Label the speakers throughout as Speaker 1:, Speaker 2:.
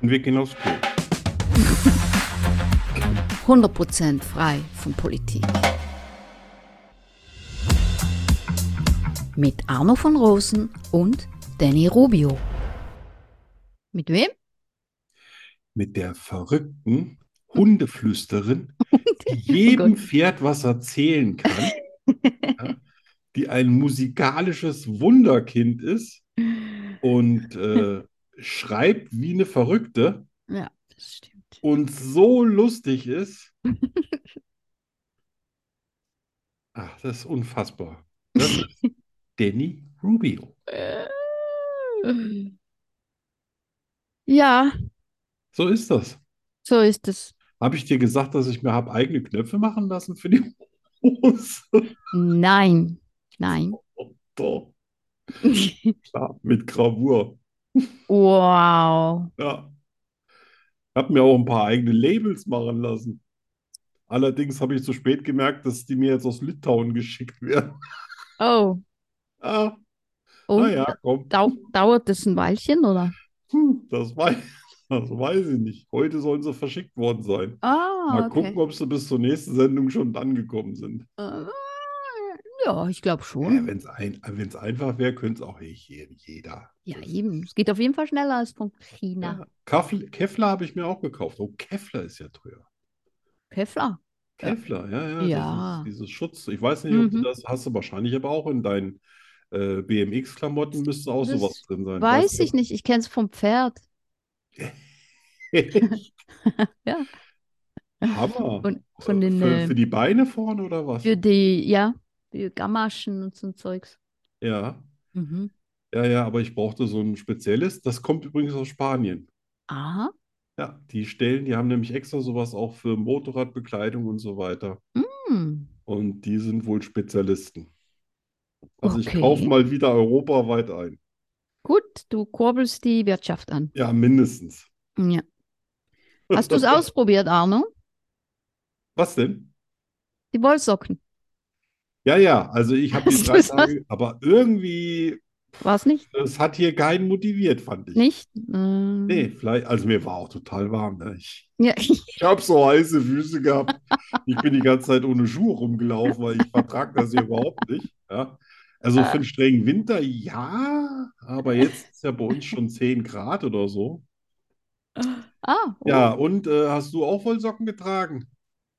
Speaker 1: Und wir gehen aufs Klo.
Speaker 2: 100% frei von Politik. Mit Arno von Rosen und Danny Rubio.
Speaker 3: Mit wem?
Speaker 1: Mit der verrückten Hundeflüsterin, die jedem Pferd was erzählen kann, ja, die ein musikalisches Wunderkind ist und äh, schreibt wie eine Verrückte
Speaker 3: Ja, das stimmt.
Speaker 1: und so lustig ist. Ach, das ist unfassbar. Das ist Danny Rubio.
Speaker 3: Äh. Ja,
Speaker 1: So ist das.
Speaker 3: so ist es.
Speaker 1: Habe ich dir gesagt, dass ich mir habe eigene Knöpfe machen lassen für die Hose?
Speaker 3: Nein, nein.
Speaker 1: Doch, klar, mit Gravur.
Speaker 3: wow.
Speaker 1: Ja. Habe mir auch ein paar eigene Labels machen lassen. Allerdings habe ich zu spät gemerkt, dass die mir jetzt aus Litauen geschickt werden.
Speaker 3: Oh,
Speaker 1: Ah,
Speaker 3: und
Speaker 1: naja, komm.
Speaker 3: dau dauert das ein Weilchen, oder?
Speaker 1: Hm, Das weiß, das weiß ich nicht. Heute sollen sie verschickt worden sein.
Speaker 3: Ah,
Speaker 1: Mal
Speaker 3: okay.
Speaker 1: gucken, ob sie bis zur nächsten Sendung schon angekommen sind.
Speaker 3: Äh, Ja, ich glaube
Speaker 1: Ja,
Speaker 3: schon.
Speaker 1: wenn es ein, wenn's einfach wäre, könnte es auch je- jeder.
Speaker 3: Ja, eben. Es geht auf jeden Fall schneller als von China.
Speaker 1: Ja. Kaffel, Kevlar habe ich mir auch gekauft. Oh, Kevlar ist ja teuer.
Speaker 3: Kevlar. Ja.
Speaker 1: Kevlar, ja, ja,
Speaker 3: Ja.
Speaker 1: Dieses, dieses Schutz. Ich weiß nicht, ob du
Speaker 3: Mhm.
Speaker 1: das hast du wahrscheinlich aber auch in deinen äh, BMX-Klamotten müsste auch
Speaker 3: Das
Speaker 1: sowas drin sein.
Speaker 3: Weiß ich nicht. Ich kenne es vom Pferd.
Speaker 1: nicht.
Speaker 3: Ja.
Speaker 1: Hammer.
Speaker 3: Von, von
Speaker 1: Äh,
Speaker 3: den,
Speaker 1: für,
Speaker 3: äh,
Speaker 1: für die Beine vorne oder was?
Speaker 3: für die, ja, für Gamaschen und so ein Zeugs.
Speaker 1: Ja. Mhm. Ja, ja, aber ich brauchte so ein spezielles. Das kommt übrigens aus Spanien.
Speaker 3: Aha.
Speaker 1: Ja, die stellen, die haben nämlich extra sowas auch für Motorradbekleidung und so weiter.
Speaker 3: Hm.
Speaker 1: Und die sind wohl Spezialisten. Also ich
Speaker 3: Okay.
Speaker 1: kaufe mal wieder europaweit ein.
Speaker 3: Gut, du kurbelst die Wirtschaft an.
Speaker 1: Ja, mindestens.
Speaker 3: Ja. Hast du es ausprobiert, Arno?
Speaker 1: Was denn?
Speaker 3: Die Wollsocken.
Speaker 1: Ja, ja, also ich habe die
Speaker 3: Hast
Speaker 1: drei
Speaker 3: du's
Speaker 1: Tage, aber irgendwie,
Speaker 3: War es nicht?
Speaker 1: das hat hier keinen motiviert, fand ich.
Speaker 3: Nicht? Ähm,
Speaker 1: Nee, vielleicht, also mir war auch total warm. Ne? Ich,
Speaker 3: Ja.
Speaker 1: ich habe so heiße Füße gehabt. Ich bin die ganze Zeit ohne Schuhe rumgelaufen, weil ich vertrage das hier überhaupt nicht. Ja? Also für einen strengen Winter, ja, aber jetzt ist ja bei uns schon 10 Grad oder so.
Speaker 3: Ah, oh.
Speaker 1: Ja, und äh, hast du auch Wollsocken getragen?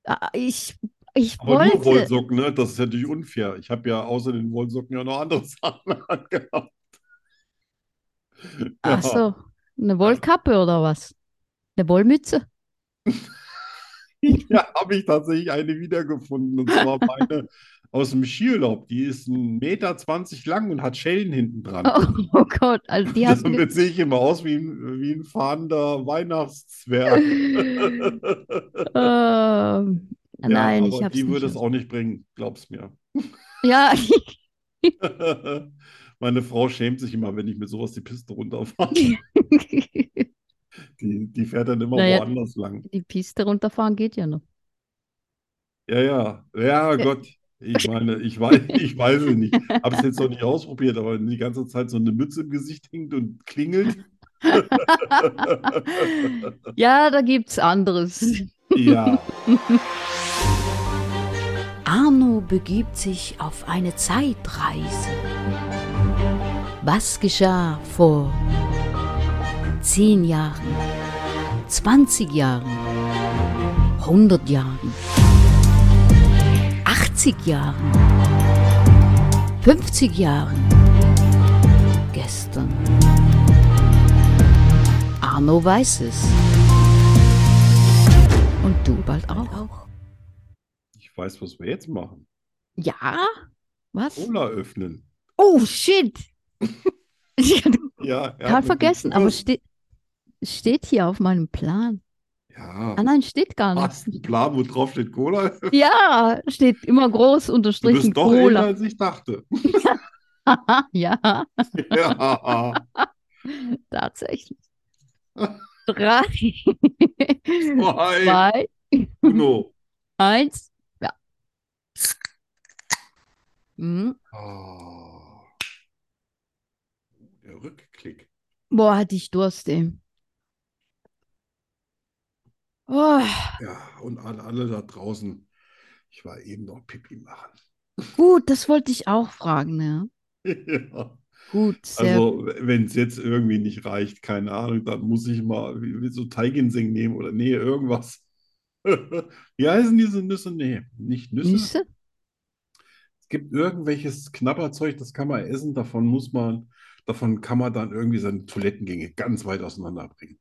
Speaker 3: Ah, Ich, ich
Speaker 1: Aber nur
Speaker 3: wollte.
Speaker 1: Wollsocken, ne? Das ist ja natürlich unfair. Ich habe ja außer den Wollsocken ja noch andere Sachen angehabt. Ja.
Speaker 3: Ach so, eine Wollkappe oder was? Eine Wollmütze?
Speaker 1: Ja, habe ich tatsächlich eine wiedergefunden. Und zwar meine aus dem Skiurlaub. Die ist 1,20 Meter lang und hat Schellen hinten dran.
Speaker 3: Oh, oh Gott, also die hast du.
Speaker 1: Damit sehe ich immer aus wie ein, wie ein fahrender Weihnachtszwerg.
Speaker 3: Ähm,
Speaker 1: Ja,
Speaker 3: nein,
Speaker 1: aber
Speaker 3: ich hab's
Speaker 1: die würde
Speaker 3: nicht.
Speaker 1: es auch nicht bringen, glaub's mir.
Speaker 3: Ja,
Speaker 1: Meine Frau schämt sich immer, wenn ich mit sowas die Piste runterfahre.
Speaker 3: die
Speaker 1: Die, die fährt dann immer
Speaker 3: Naja.
Speaker 1: woanders lang.
Speaker 3: Piste runterfahren geht ja noch.
Speaker 1: Ja, ja, ja, Gott. Ich meine, ich weiß, ich weiß es nicht. Habe es jetzt noch nicht ausprobiert, aber wenn die ganze Zeit so eine Mütze im Gesicht hinkt und klingelt.
Speaker 3: Ja, da gibt's anderes.
Speaker 1: Ja,
Speaker 2: Arno begibt sich auf eine Zeitreise. Was geschah vor 10 Jahren, 20 Jahren, 100 Jahren, 80 Jahren, 50 Jahren, gestern? Arno weiß es. Und du bald auch.
Speaker 1: ich weiß, was wir jetzt machen.
Speaker 3: Ja? Was?
Speaker 1: Cola öffnen.
Speaker 3: Oh, shit! Ich hatte
Speaker 1: Ja, er
Speaker 3: total
Speaker 1: hat mit dem
Speaker 3: vergessen, aber
Speaker 1: Durst-
Speaker 3: steht. Es steht hier auf meinem Plan.
Speaker 1: Ja.
Speaker 3: Ah nein, steht gar
Speaker 1: Hast
Speaker 3: nicht.
Speaker 1: einen Plan, wo drauf steht Cola? Du
Speaker 3: Ja, steht immer groß unterstrichen
Speaker 1: bist doch älter,
Speaker 3: Cola.
Speaker 1: als ich dachte.
Speaker 3: ja,
Speaker 1: ja.
Speaker 3: tatsächlich. Drei,
Speaker 1: Oh, Zwei.
Speaker 3: zwei,
Speaker 1: Uno.
Speaker 3: eins. Ja. Hm.
Speaker 1: Ah. Der Rückklick.
Speaker 3: Boah, hatte ich Durst, ey. Oh,
Speaker 1: Ja, und an alle da draußen. Ich war eben noch Pipi machen.
Speaker 3: gut, das wollte ich auch fragen, ja.
Speaker 1: Ja.
Speaker 3: Gut, sehr
Speaker 1: Also, wenn es jetzt irgendwie nicht reicht, keine Ahnung, dann muss ich mal wie, wie so Taiginseng nehmen oder nee, irgendwas. Wie heißen diese Nüsse? Nee, nicht Nüsse.
Speaker 3: Nüsse?
Speaker 1: Es gibt irgendwelches Knabberzeug, das kann man essen, davon muss man, davon kann man dann irgendwie seine Toilettengänge ganz weit auseinanderbringen.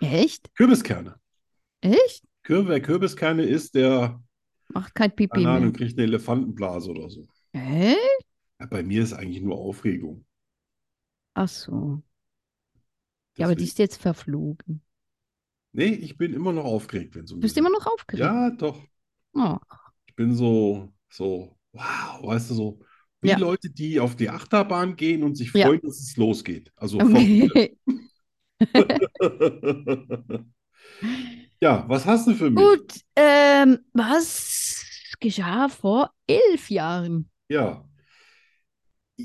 Speaker 3: Echt?
Speaker 1: Kürbiskerne.
Speaker 3: Echt?
Speaker 1: Kür- Wer Kürbiskerne isst, der,
Speaker 3: Macht kein Pipi
Speaker 1: keine
Speaker 3: mehr.
Speaker 1: Ahnung, kriegt eine Elefantenblase oder so.
Speaker 3: Hä?
Speaker 1: Ja, bei mir ist eigentlich nur Aufregung.
Speaker 3: Ach so. Ja, aber die
Speaker 1: Deswegen-
Speaker 3: ist jetzt verflogen.
Speaker 1: Nee, ich bin immer noch aufgeregt, wenn es um
Speaker 3: Du bist
Speaker 1: diese-
Speaker 3: immer noch aufgeregt.
Speaker 1: Ja, doch.
Speaker 3: Oh.
Speaker 1: Ich bin so, so, wow, weißt du, so wie
Speaker 3: Ja.
Speaker 1: Leute, die auf die Achterbahn gehen und sich
Speaker 3: Ja.
Speaker 1: freuen, dass es losgeht. Also
Speaker 3: Okay.
Speaker 1: verrückt. Ja, was hast du für mich?
Speaker 3: Gut, ähm, was geschah vor elf Jahren?
Speaker 1: Ja.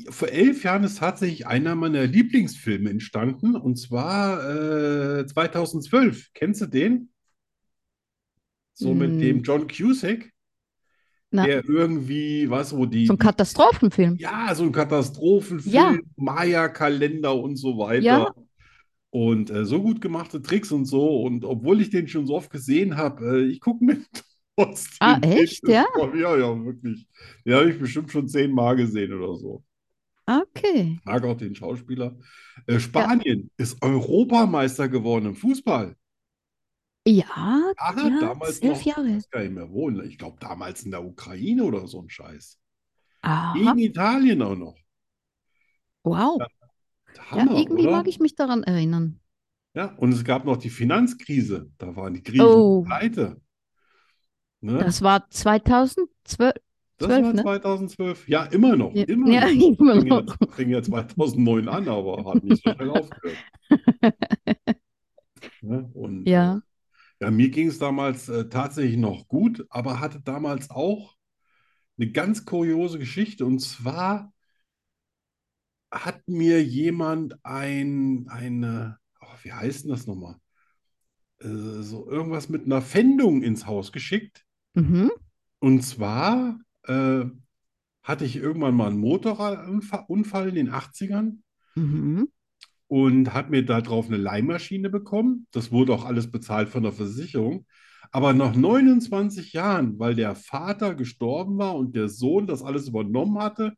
Speaker 1: Vor elf Jahren ist tatsächlich einer meiner Lieblingsfilme entstanden, und zwar äh, 2012. Kennst du den? So mit dem
Speaker 3: Mm.
Speaker 1: John Cusack,
Speaker 3: Na.
Speaker 1: der irgendwie, weißt du, wo die,
Speaker 3: So ein
Speaker 1: die
Speaker 3: Katastrophenfilm.
Speaker 1: Ja, so ein Katastrophenfilm,
Speaker 3: Ja.
Speaker 1: Maya-Kalender und so weiter.
Speaker 3: Ja.
Speaker 1: Und äh, so gut gemachte Tricks und so. Und obwohl ich den schon so oft gesehen habe, äh, ich gucke mir trotzdem
Speaker 3: Ah,
Speaker 1: den
Speaker 3: echt?
Speaker 1: jetzt
Speaker 3: Ja?
Speaker 1: mal- Ja, ja, wirklich. Den habe ich bestimmt schon zehnmal gesehen oder so.
Speaker 3: Okay.
Speaker 1: Mag auch den Schauspieler. Äh, Spanien ist Europameister geworden im Fußball.
Speaker 3: Ja,
Speaker 1: Ja,
Speaker 3: Ja,
Speaker 1: damals
Speaker 3: elf
Speaker 1: noch,
Speaker 3: Jahre.
Speaker 1: ich weiß gar nicht mehr wo. Ich glaube, damals in der Ukraine oder so ein Scheiß.
Speaker 3: aha,
Speaker 1: Gegen Italien auch noch.
Speaker 3: wow. Ja,
Speaker 1: Hammer,
Speaker 3: irgendwie
Speaker 1: oder?
Speaker 3: mag ich mich daran erinnern.
Speaker 1: Ja, und es gab noch die Finanzkrise. Da waren die Griechen
Speaker 3: Oh.
Speaker 1: pleite. Ne?
Speaker 3: Das war 2012.
Speaker 1: Das
Speaker 3: 12,
Speaker 1: war
Speaker 3: ne?
Speaker 1: 2012. Ja, immer noch,
Speaker 3: Ja,
Speaker 1: immer
Speaker 3: ja,
Speaker 1: noch.
Speaker 3: immer
Speaker 1: Fing ja,
Speaker 3: noch.
Speaker 1: fing ja 2009 an, aber hat nicht so schnell aufgehört. Ne? Und
Speaker 3: Ja.
Speaker 1: äh, ja, mir ging es damals äh, tatsächlich noch gut, aber hatte damals auch eine ganz kuriose Geschichte. Und zwar hat mir jemand ein, eine, oh, wie heißt denn das nochmal? Äh, so irgendwas mit einer Pfändung ins Haus geschickt.
Speaker 3: Mhm.
Speaker 1: Und zwar äh, hatte ich irgendwann mal einen Motorradunfall in den 80ern
Speaker 3: Mhm.
Speaker 1: und habe mir darauf eine Leihmaschine bekommen. Das wurde auch alles bezahlt von der Versicherung. Aber nach 29 Jahren, weil der Vater gestorben war und der Sohn das alles übernommen hatte,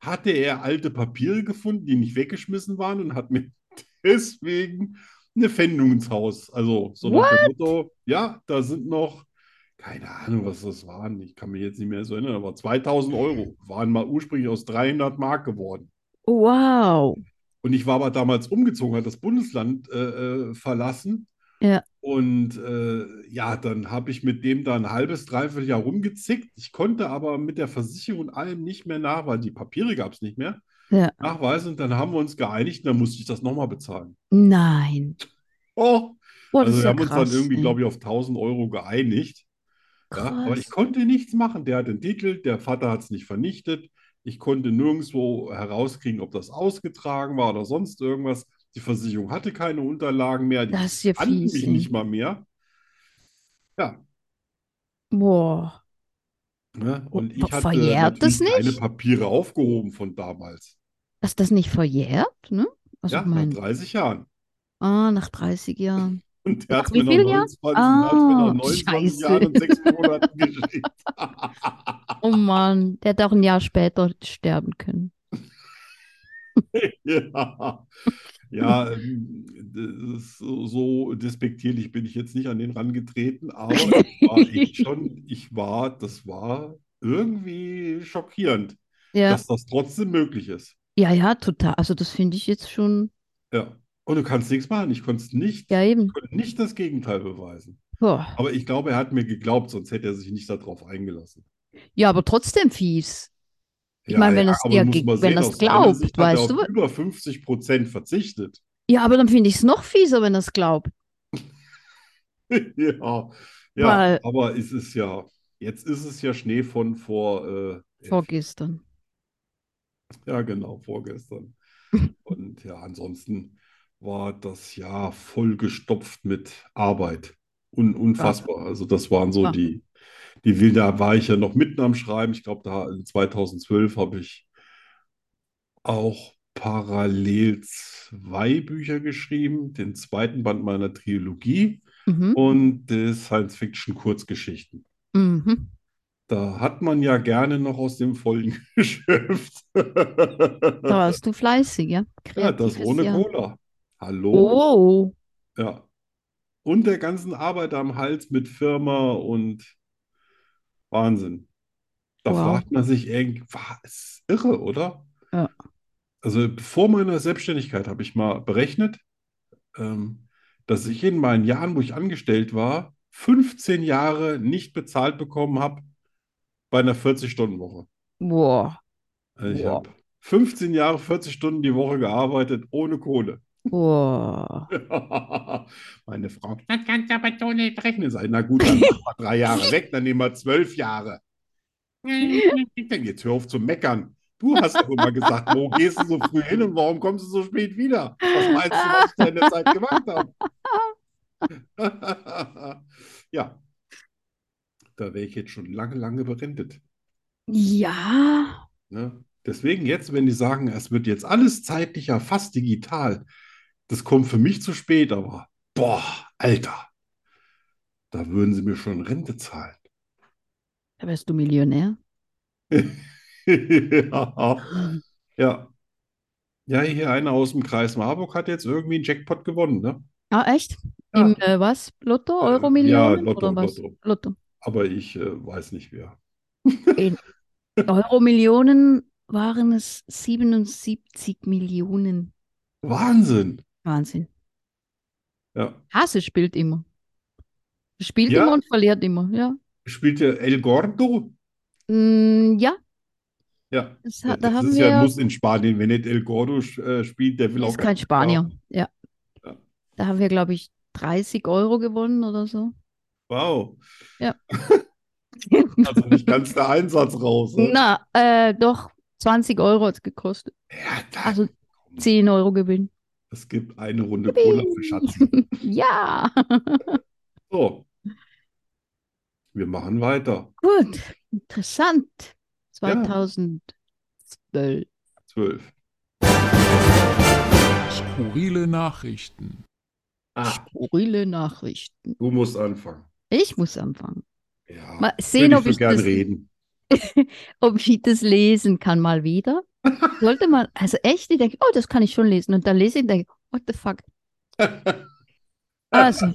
Speaker 1: hatte er alte Papiere gefunden, die nicht weggeschmissen waren und hat mir deswegen eine Pfändung ins Haus. Also so nach dem Motto, ja, da sind noch, keine Ahnung, was das waren. Ich kann mich jetzt nicht mehr so erinnern, aber 2000 Euro waren mal ursprünglich aus 300 Mark geworden.
Speaker 3: Wow.
Speaker 1: Und ich war aber damals umgezogen, hat das Bundesland äh, äh, verlassen.
Speaker 3: Ja.
Speaker 1: Und äh, ja, dann habe ich mit dem da ein halbes, dreiviertel Jahr rumgezickt. Ich konnte aber mit der Versicherung und allem nicht mehr nach, weil die Papiere gab es nicht mehr.
Speaker 3: Ja.
Speaker 1: Nachweisen. Und dann haben wir uns geeinigt und dann musste ich das nochmal bezahlen.
Speaker 3: Nein.
Speaker 1: Oh,
Speaker 3: Boah, das
Speaker 1: also
Speaker 3: ist
Speaker 1: wir
Speaker 3: ja
Speaker 1: haben uns dann
Speaker 3: krass,
Speaker 1: irgendwie,
Speaker 3: ey.
Speaker 1: glaube ich, auf 1000 Euro geeinigt. Ja, aber ich
Speaker 3: Krass.
Speaker 1: konnte nichts machen. Der hat den Titel, der Vater hat es nicht vernichtet. Ich konnte nirgendwo herauskriegen, ob das ausgetragen war oder sonst irgendwas. Die Versicherung hatte keine Unterlagen mehr. Die
Speaker 3: Das ist ja
Speaker 1: kannten
Speaker 3: fies,
Speaker 1: mich
Speaker 3: ey.
Speaker 1: nicht mal mehr. Ja,
Speaker 3: Boah.
Speaker 1: ne?
Speaker 3: Oh,
Speaker 1: Und ich
Speaker 3: ver-
Speaker 1: hatte
Speaker 3: verjährt das
Speaker 1: natürlich keine Papiere aufgehoben von damals.
Speaker 3: Ist das nicht verjährt, ne? Also
Speaker 1: Ja,
Speaker 3: ich
Speaker 1: nach
Speaker 3: mein,
Speaker 1: 30 Jahren.
Speaker 3: ah, nach 30 Jahren.
Speaker 1: Und der
Speaker 3: Nach
Speaker 1: hat es
Speaker 3: wie
Speaker 1: mir nach
Speaker 3: vielen Jahren?
Speaker 1: 29, der hat's mir nach
Speaker 3: Ah,
Speaker 1: 29
Speaker 3: Scheiße.
Speaker 1: Jahren und sechs Monaten geschickt.
Speaker 3: Oh Mann, der hätte auch ein Jahr später sterben können.
Speaker 1: Ja, ja, ähm, das ist so, so despektierlich bin ich jetzt nicht an den rangetreten, aber ich war echt schon, ich war, das war irgendwie schockierend,
Speaker 3: Ja,
Speaker 1: dass das trotzdem möglich ist.
Speaker 3: ja, ja, total. Also das finde ich jetzt schon
Speaker 1: Ja, Und du kannst nichts machen. Ich konnte es nicht,
Speaker 3: Ja, eben.
Speaker 1: konnte nicht das Gegenteil beweisen.
Speaker 3: Boah.
Speaker 1: Aber ich glaube, er hat mir geglaubt, sonst hätte er sich nicht darauf eingelassen.
Speaker 3: Ja, aber trotzdem fies. Ich meine, wenn es
Speaker 1: aber
Speaker 3: dir
Speaker 1: muss
Speaker 3: ge-
Speaker 1: man
Speaker 3: wenn
Speaker 1: sehen,
Speaker 3: das
Speaker 1: aus seiner
Speaker 3: glaubt,
Speaker 1: Sicht hat er
Speaker 3: weißt
Speaker 1: auf
Speaker 3: du?
Speaker 1: Über 50 Prozent verzichtet.
Speaker 3: Ja, aber dann finde ich es noch fieser, wenn er es glaubt.
Speaker 1: Ja, ja,
Speaker 3: Weil-
Speaker 1: aber es ist ja, jetzt ist es ja Schnee von vor, äh, elf-
Speaker 3: Vorgestern.
Speaker 1: ja genau, vorgestern. Und ja, ansonsten war das Jahr vollgestopft mit Arbeit. Un unfassbar. Also das waren so
Speaker 3: Ah.
Speaker 1: die, die Wilder, da war ich ja noch mitten am Schreiben. Ich glaube, da 2012 habe ich auch parallel zwei Bücher geschrieben, den zweiten Band meiner Trilogie
Speaker 3: Mhm.
Speaker 1: und des Science-Fiction-Kurzgeschichten.
Speaker 3: Mhm.
Speaker 1: Da hat man ja gerne noch aus dem vollen Geschäft.
Speaker 3: Da warst du fleißig, ja?
Speaker 1: Ja, das
Speaker 3: Kreatives
Speaker 1: ohne
Speaker 3: Jahr.
Speaker 1: Cola. Hallo?
Speaker 3: Oh,
Speaker 1: Ja. Und der ganzen Arbeit am Hals mit Firma und Wahnsinn. Da
Speaker 3: Wow.
Speaker 1: fragt man sich irgendwie, was? Irre, oder?
Speaker 3: Ja.
Speaker 1: Also vor meiner Selbstständigkeit habe ich mal berechnet, ähm, dass ich in meinen Jahren, wo ich angestellt war, 15 Jahre nicht bezahlt bekommen habe bei einer 40-Stunden-Woche.
Speaker 3: boah,
Speaker 1: Also ich
Speaker 3: Wow.
Speaker 1: habe 15 Jahre, 40 Stunden die Woche gearbeitet, ohne Kohle.
Speaker 3: boah.
Speaker 1: Meine Frau, das kannst du aber so nicht rechnen. Sag ich, na gut, dann machen wir drei Jahre weg, dann nehmen wir zwölf Jahre. Jetzt hör auf zu meckern. Du hast doch immer gesagt, wo gehst du so früh hin und warum kommst du so spät wieder? Was meinst du, was ich da in der Zeit gemacht habe? ja, da wäre ich jetzt schon lange, lange berendet.
Speaker 3: Ja,
Speaker 1: Ne? Deswegen jetzt, wenn die sagen, es wird jetzt alles zeitlicher, fast digital, das kommt für mich zu spät, aber boah, Alter, da würden sie mir schon Rente zahlen.
Speaker 3: da wärst du Millionär.
Speaker 1: Ja, ja. Ja, hier einer aus dem Kreis Marburg hat jetzt irgendwie einen Jackpot gewonnen, ne?
Speaker 3: Ah, echt?
Speaker 1: Ja.
Speaker 3: Im äh, was? Lotto,
Speaker 1: Äh,
Speaker 3: Euro-Millionen
Speaker 1: ja, Lotto,
Speaker 3: oder was?
Speaker 1: Lotto.
Speaker 3: Lotto.
Speaker 1: Aber ich äh, weiß nicht wer.
Speaker 3: Euro-Millionen waren es 77 Millionen.
Speaker 1: Wahnsinn.
Speaker 3: Wahnsinn.
Speaker 1: Ja.
Speaker 3: Hase spielt immer. Spielt
Speaker 1: Ja?
Speaker 3: immer und verliert immer, ja.
Speaker 1: Spielt der El Gordo?
Speaker 3: Mm, ja,
Speaker 1: Ja.
Speaker 3: das,
Speaker 1: Ja,
Speaker 3: ha- da
Speaker 1: das
Speaker 3: haben
Speaker 1: ist
Speaker 3: wir.
Speaker 1: ja ein Muss in Spanien. Wenn nicht El Gordo äh, spielt, der will
Speaker 3: Das
Speaker 1: auch
Speaker 3: ist kein Spanier, ja.
Speaker 1: Ja.
Speaker 3: Da haben wir, glaube ich, 30 Euro gewonnen oder so.
Speaker 1: Wow.
Speaker 3: Na,
Speaker 1: Also nicht ganz der Einsatz raus. Ne?
Speaker 3: äh, doch, 20 Euro hat es gekostet.
Speaker 1: Ja, da,
Speaker 3: Also 10 Euro Gewinn.
Speaker 1: es gibt eine Runde Cola für Schatzen.
Speaker 3: Ja,
Speaker 1: So. Wir machen weiter.
Speaker 3: gut, interessant.
Speaker 1: Ja.
Speaker 3: 2012.
Speaker 1: Zwölf.
Speaker 4: Skurrile Nachrichten.
Speaker 1: Ah,
Speaker 3: Skurrile Nachrichten.
Speaker 1: du musst anfangen.
Speaker 3: Ich muss anfangen.
Speaker 1: Ja.
Speaker 3: Mal sehen,
Speaker 1: Würde
Speaker 3: ob
Speaker 1: so
Speaker 3: ich
Speaker 1: gern
Speaker 3: das,
Speaker 1: reden.
Speaker 3: ob ich das lesen kann, mal wieder. Sollte man, also echt, ich denke, oh, das kann ich schon lesen. Und dann lese ich und denke, what the fuck. Also,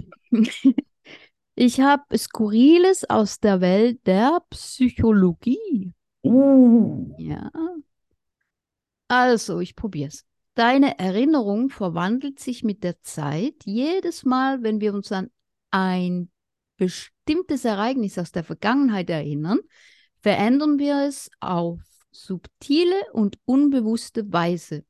Speaker 3: ich habe Skurriles aus der Welt der Psychologie.
Speaker 1: Uh.
Speaker 3: Ja. Also, ich probier's. Deine Erinnerung verwandelt sich mit der Zeit. Jedes Mal, wenn wir uns an ein bestimmtes Ereignis aus der Vergangenheit erinnern, verändern wir es auf subtile und unbewusste Weise,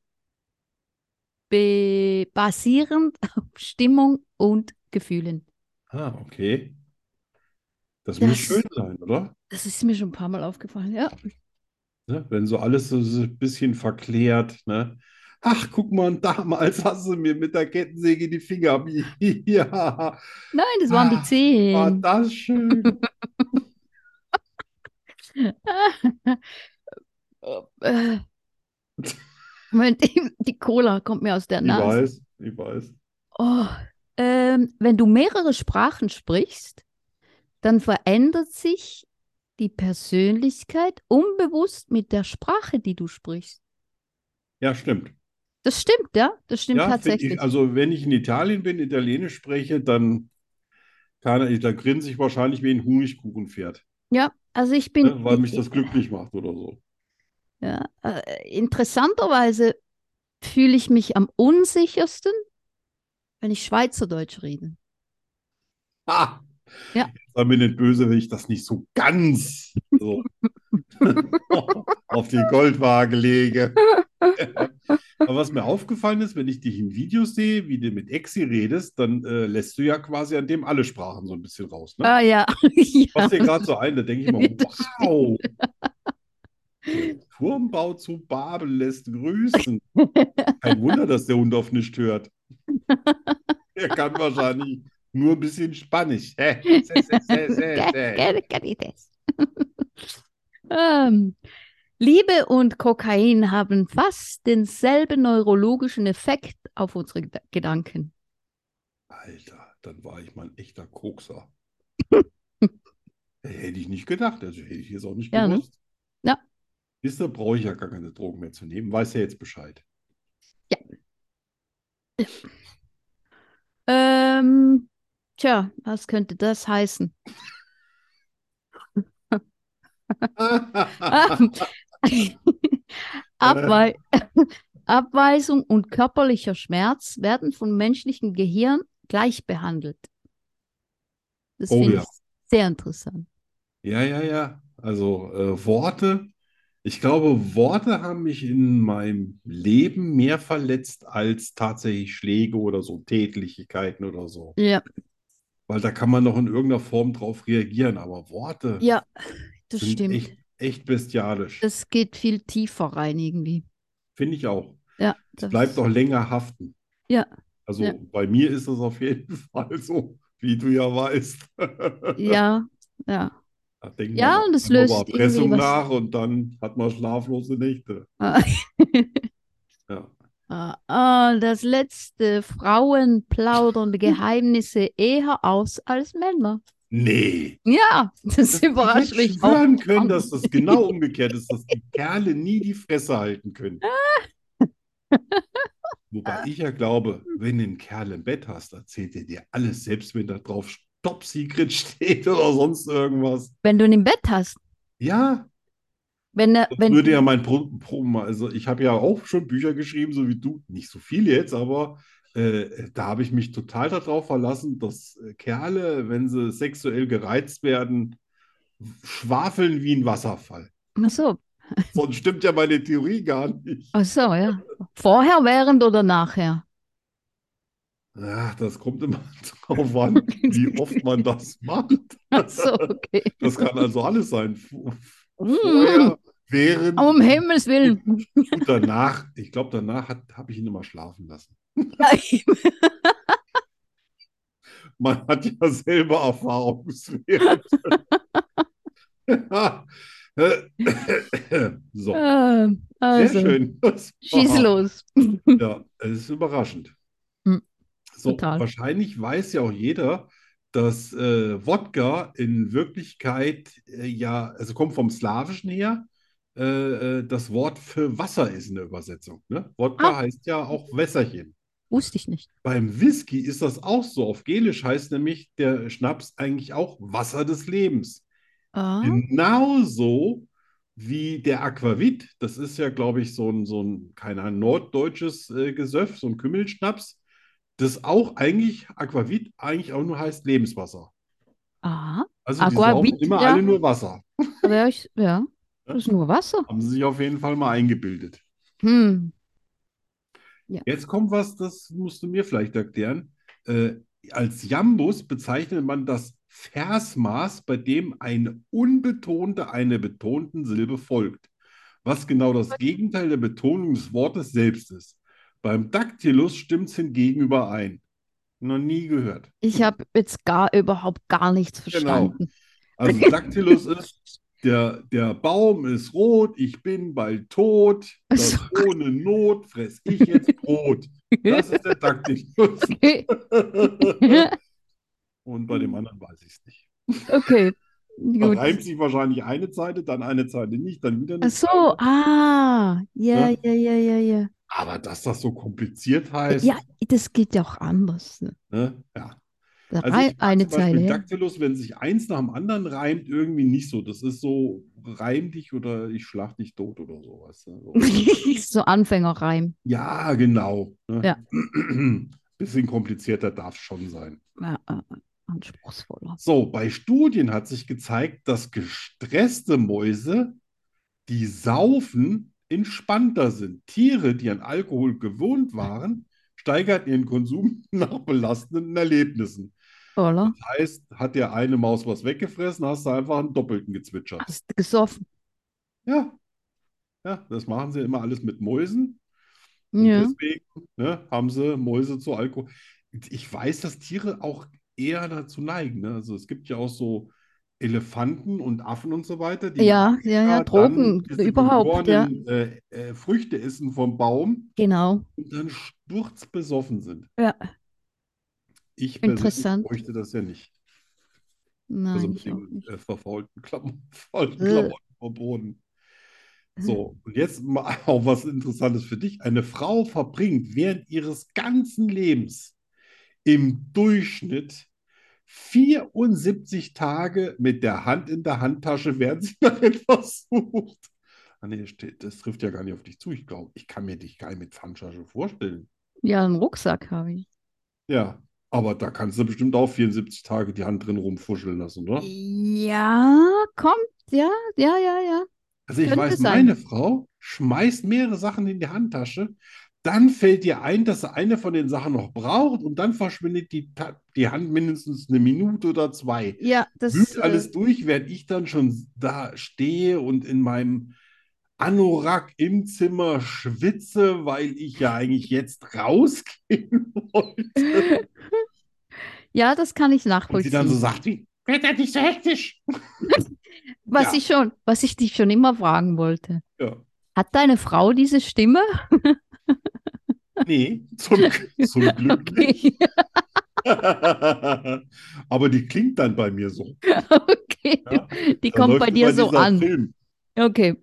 Speaker 3: be basierend auf Stimmung und Gefühlen.
Speaker 1: Ah, okay. Das
Speaker 3: Das-
Speaker 1: muss schön sein, oder?
Speaker 3: Das ist mir schon ein paar Mal aufgefallen, ja.
Speaker 1: Ne? Wenn so alles so so ein bisschen verklärt, ne? Ach, guck mal, damals hast du mir mit der Kettensäge die Finger. ab- Ja,
Speaker 3: Nein, das waren
Speaker 1: Ah,
Speaker 3: die zehn.
Speaker 1: war das schön.
Speaker 3: Äh. Moment, die Cola kommt mir aus der
Speaker 1: Ich
Speaker 3: Nase.
Speaker 1: weiß, ich weiß.
Speaker 3: Oh, ähm, wenn du mehrere Sprachen sprichst, dann verändert sich die Persönlichkeit unbewusst mit der Sprache, die du sprichst.
Speaker 1: Ja, stimmt.
Speaker 3: Das stimmt, ja? Das stimmt
Speaker 1: Ja, find
Speaker 3: tatsächlich.
Speaker 1: Ich, also wenn ich in Italien bin, Italienisch spreche, dann kann, da grinse ich wahrscheinlich wie ein Honigkuchenpferd,
Speaker 3: ja, also ich bin
Speaker 1: ne? Weil mich das glücklich macht oder so.
Speaker 3: Ja, äh, interessanterweise fühle ich mich am unsichersten, wenn ich Schweizerdeutsch rede.
Speaker 1: Ha!
Speaker 3: Ja.
Speaker 1: Sei mir nicht böse, wenn ich das nicht so ganz so auf die Goldwaage lege. Aber was mir aufgefallen ist, wenn ich dich in Videos sehe, wie du mit Exi redest, dann äh, lässt du ja quasi an dem alle Sprachen so ein bisschen raus. Ne?
Speaker 3: Ah ja. ja.
Speaker 1: Was dir gerade so ein, da denke ich mal,
Speaker 3: Das
Speaker 1: wow. Turmbau zu Babel lässt grüßen. Kein Wunder, dass der Hund auf nichts hört. Er kann wahrscheinlich nur ein bisschen Spanisch. Hä? Sä, sä, sä, sä, sä.
Speaker 3: Gerne kann ich das. ähm, Liebe und Kokain haben fast denselben neurologischen Effekt auf unsere Geda- Gedanken.
Speaker 1: Alter, dann war ich mal ein echter Kokser. Hätte ich nicht gedacht. Also hätte ich jetzt auch nicht
Speaker 3: Ja, ne?
Speaker 1: gewusst.
Speaker 3: Ja.
Speaker 1: Ist da brauche ich ja gar keine Drogen mehr zu nehmen. Weiß ja jetzt Bescheid.
Speaker 3: Ähm, tja, was könnte das heißen? Abwei
Speaker 1: Äh.
Speaker 3: Abweisung und körperlicher Schmerz werden vom menschlichen Gehirn gleich behandelt. Das
Speaker 1: Oh
Speaker 3: finde
Speaker 1: ja.
Speaker 3: ich sehr interessant.
Speaker 1: Ja, ja, ja. Also äh, Worte. Ich glaube, Worte haben mich in meinem Leben mehr verletzt als tatsächlich Schläge oder so Tätlichkeiten oder so.
Speaker 3: Ja,
Speaker 1: Weil da kann man noch in irgendeiner Form drauf reagieren. Aber Worte
Speaker 3: ja, das
Speaker 1: sind
Speaker 3: stimmt.
Speaker 1: echt, echt bestialisch.
Speaker 3: Das geht viel tiefer rein irgendwie.
Speaker 1: Finde ich auch.
Speaker 3: Ja,
Speaker 1: Es bleibt auch länger haften.
Speaker 3: Ja.
Speaker 1: Also
Speaker 3: Ja.
Speaker 1: bei mir ist es auf jeden Fall so, wie du ja weißt.
Speaker 3: Ja, ja.
Speaker 1: Da denkt
Speaker 3: Ja,
Speaker 1: man
Speaker 3: und es
Speaker 1: einmal über
Speaker 3: löst irgendwie
Speaker 1: Erpressung
Speaker 3: was-
Speaker 1: nach und dann hat man schlaflose Nächte.
Speaker 3: Ah.
Speaker 1: Ja.
Speaker 3: Ah, ah, das letzte, Frauen plaudern Geheimnisse eher aus als Männer.
Speaker 1: Nee.
Speaker 3: Ja, das überrascht
Speaker 1: Ich hätte
Speaker 3: mich auch.
Speaker 1: schwören können, dass das genau umgekehrt ist, dass die Kerle nie die Fresse halten können. Wobei ich ja glaube, wenn du einen Kerl im Bett hast, erzählt er dir alles, selbst wenn da drauf Stop Secret steht oder sonst irgendwas.
Speaker 3: Wenn du ihn im Bett hast,
Speaker 1: Ja,
Speaker 3: wenn er,
Speaker 1: das
Speaker 3: wenn,
Speaker 1: würde ja mein Pro, Pro also ich habe ja auch schon Bücher geschrieben, so wie du, nicht so viel jetzt, aber äh, da habe ich mich total darauf verlassen, dass äh, Kerle, wenn sie sexuell gereizt werden, schwafeln wie ein Wasserfall.
Speaker 3: ach so,
Speaker 1: Sonst stimmt ja meine Theorie gar nicht.
Speaker 3: ach so, ja. Vorher, während oder nachher?
Speaker 1: Ach, das kommt immer drauf an, wie oft man das macht.
Speaker 3: Ach so, okay.
Speaker 1: Das kann also alles sein. Vor-
Speaker 3: Mm.
Speaker 1: Vorher, während
Speaker 3: Um Himmels Willen.
Speaker 1: und danach. Ich glaube, danach habe ich ihn immer schlafen lassen. Man hat ja selber Erfahrungswerte. so, sehr
Speaker 3: Ähm, also,
Speaker 1: schön. Das
Speaker 3: schieß
Speaker 1: war-
Speaker 3: los.
Speaker 1: Ja, es ist überraschend.
Speaker 3: Hm,
Speaker 1: So,
Speaker 3: total.
Speaker 1: wahrscheinlich weiß ja auch jeder, dass äh, Wodka in Wirklichkeit äh, ja, also kommt vom Slawischen her, äh, äh, das Wort für Wasser ist in der Übersetzung. Ne? Wodka
Speaker 3: Ah.
Speaker 1: heißt ja auch Wässerchen.
Speaker 3: Wusste ich nicht.
Speaker 1: Beim Whisky ist das auch so. Auf Gälisch heißt nämlich der Schnaps eigentlich auch Wasser des Lebens.
Speaker 3: Ah,
Speaker 1: Genauso wie der Aquavit, das ist ja, glaube ich, so ein, so ein, keine Ahnung, norddeutsches äh, Gesöff, so ein Kümmelschnaps, das auch eigentlich, Aquavit eigentlich auch nur heißt Lebenswasser.
Speaker 3: ah,
Speaker 1: Also die
Speaker 3: Aquavit,
Speaker 1: saufen immer
Speaker 3: ja.
Speaker 1: alle nur Wasser.
Speaker 3: aber ich, ja, das ist nur Wasser.
Speaker 1: Haben sie sich auf jeden Fall mal eingebildet.
Speaker 3: Hm.
Speaker 1: Jetzt kommt was, das musst du mir vielleicht erklären. Äh, als Jambus bezeichnet man das Versmaß, bei dem eine unbetonte einer betonten Silbe folgt, was genau das Gegenteil der Betonung des Wortes selbst ist. Beim Dactylus stimmt es hingegen überein. Noch nie gehört.
Speaker 3: Ich habe jetzt gar überhaupt gar nichts verstanden.
Speaker 1: Also Dactylus ist, der, der Baum ist rot, ich bin bald tot, das ohne Not fress ich jetzt Brot. Das ist der Dactylus. Und bei dem anderen weiß ich es nicht.
Speaker 3: Okay,
Speaker 1: Da
Speaker 3: gut.
Speaker 1: reimt sich wahrscheinlich eine Zeile, dann eine Zeile nicht, dann wieder
Speaker 3: Ach
Speaker 1: nicht.
Speaker 3: so, ah, ja,
Speaker 1: Ne?
Speaker 3: ja, ja, ja, ja.
Speaker 1: Aber dass das so kompliziert heißt,
Speaker 3: Ja, das geht ja auch anders. Ne?
Speaker 1: ne? Ja.
Speaker 3: Da
Speaker 1: Also
Speaker 3: rei-
Speaker 1: ich mag
Speaker 3: eine
Speaker 1: zum Beispiel
Speaker 3: Zeile. Ja.
Speaker 1: Dactylus, wenn sich eins nach dem anderen reimt, irgendwie nicht so. Das ist so, reim dich oder ich schlag dich tot oder sowas. Ne? So.
Speaker 3: so Anfängerreim.
Speaker 1: Ja, genau. Ne?
Speaker 3: Ja.
Speaker 1: bisschen komplizierter darf es schon sein.
Speaker 3: Ja, äh, anspruchsvoller.
Speaker 1: So, bei Studien hat sich gezeigt, dass gestresste Mäuse, die saufen, entspannter sind. Tiere, die an Alkohol gewohnt waren, steigern ihren Konsum nach belastenden Erlebnissen.
Speaker 3: Oder?
Speaker 1: Das heißt, hat dir eine Maus was weggefressen, hast du einfach einen doppelten gezwitschert.
Speaker 3: Hast du gesoffen?
Speaker 1: Ja. Ja, das machen sie immer alles mit Mäusen. Und
Speaker 3: Ja.
Speaker 1: deswegen, ne, haben sie Mäuse zu Alkohol. Ich weiß, dass Tiere auch eher dazu neigen. Ne? Also es gibt ja auch so Elefanten und Affen und so weiter, die
Speaker 3: Ja, ja, ja,
Speaker 1: dann
Speaker 3: Drogen,
Speaker 1: diese
Speaker 3: überhaupt, ja.
Speaker 1: gegorenen, äh, äh, Früchte essen vom Baum
Speaker 3: Genau.
Speaker 1: und dann sturzbesoffen sind.
Speaker 3: Ja.
Speaker 1: Ich persönlich
Speaker 3: Interessant.
Speaker 1: bräuchte das ja nicht. Also
Speaker 3: Nein,
Speaker 1: mit
Speaker 3: ich auch
Speaker 1: dem
Speaker 3: nicht.
Speaker 1: äh, verfaulten Klamotten, faulten
Speaker 3: Äh.
Speaker 1: Klamotten vom Boden. So, und jetzt mal auch was Interessantes für dich. Eine Frau verbringt während ihres ganzen Lebens im Durchschnitt 74 Tage mit der Hand in der Handtasche, während sie nach etwas sucht. Ah, nee, steht, das trifft ja gar nicht auf dich zu. Ich glaube, ich kann mir dich gar nicht mit Handtasche vorstellen.
Speaker 3: Ja, einen Rucksack habe ich.
Speaker 1: Ja, aber da kannst du bestimmt auch 74 Tage die Hand drin rumfuscheln lassen, oder?
Speaker 3: Ja, kommt, ja, ja, ja, ja.
Speaker 1: Also ich
Speaker 3: Könnte
Speaker 1: weiß,
Speaker 3: sein.
Speaker 1: meine Frau schmeißt mehrere Sachen in die Handtasche, dann fällt ihr ein, dass sie eine von den Sachen noch braucht und dann verschwindet die, Ta- die Hand mindestens eine Minute oder zwei.
Speaker 3: Ja, das,
Speaker 1: Wühlt
Speaker 3: äh,
Speaker 1: alles durch, während ich dann schon da stehe und in meinem Anorak im Zimmer schwitze, weil ich ja eigentlich jetzt rausgehen wollte.
Speaker 3: ja, das kann ich
Speaker 1: Und sie dann so
Speaker 3: nachvollziehen.
Speaker 1: sagt wie, werd doch nicht so hektisch.
Speaker 3: Was
Speaker 1: ja.
Speaker 3: ich schon, was ich dich schon immer fragen wollte.
Speaker 1: Ja.
Speaker 3: Hat deine Frau diese Stimme?
Speaker 1: Nee, zum, zum Glück nicht.
Speaker 3: Okay,
Speaker 1: Aber die klingt dann bei mir so.
Speaker 3: okay.
Speaker 1: Ja,
Speaker 3: Die
Speaker 1: Da
Speaker 3: kommt
Speaker 1: läuft
Speaker 3: bei dir
Speaker 1: immer
Speaker 3: so
Speaker 1: dieser
Speaker 3: an.
Speaker 1: Film.
Speaker 3: Okay.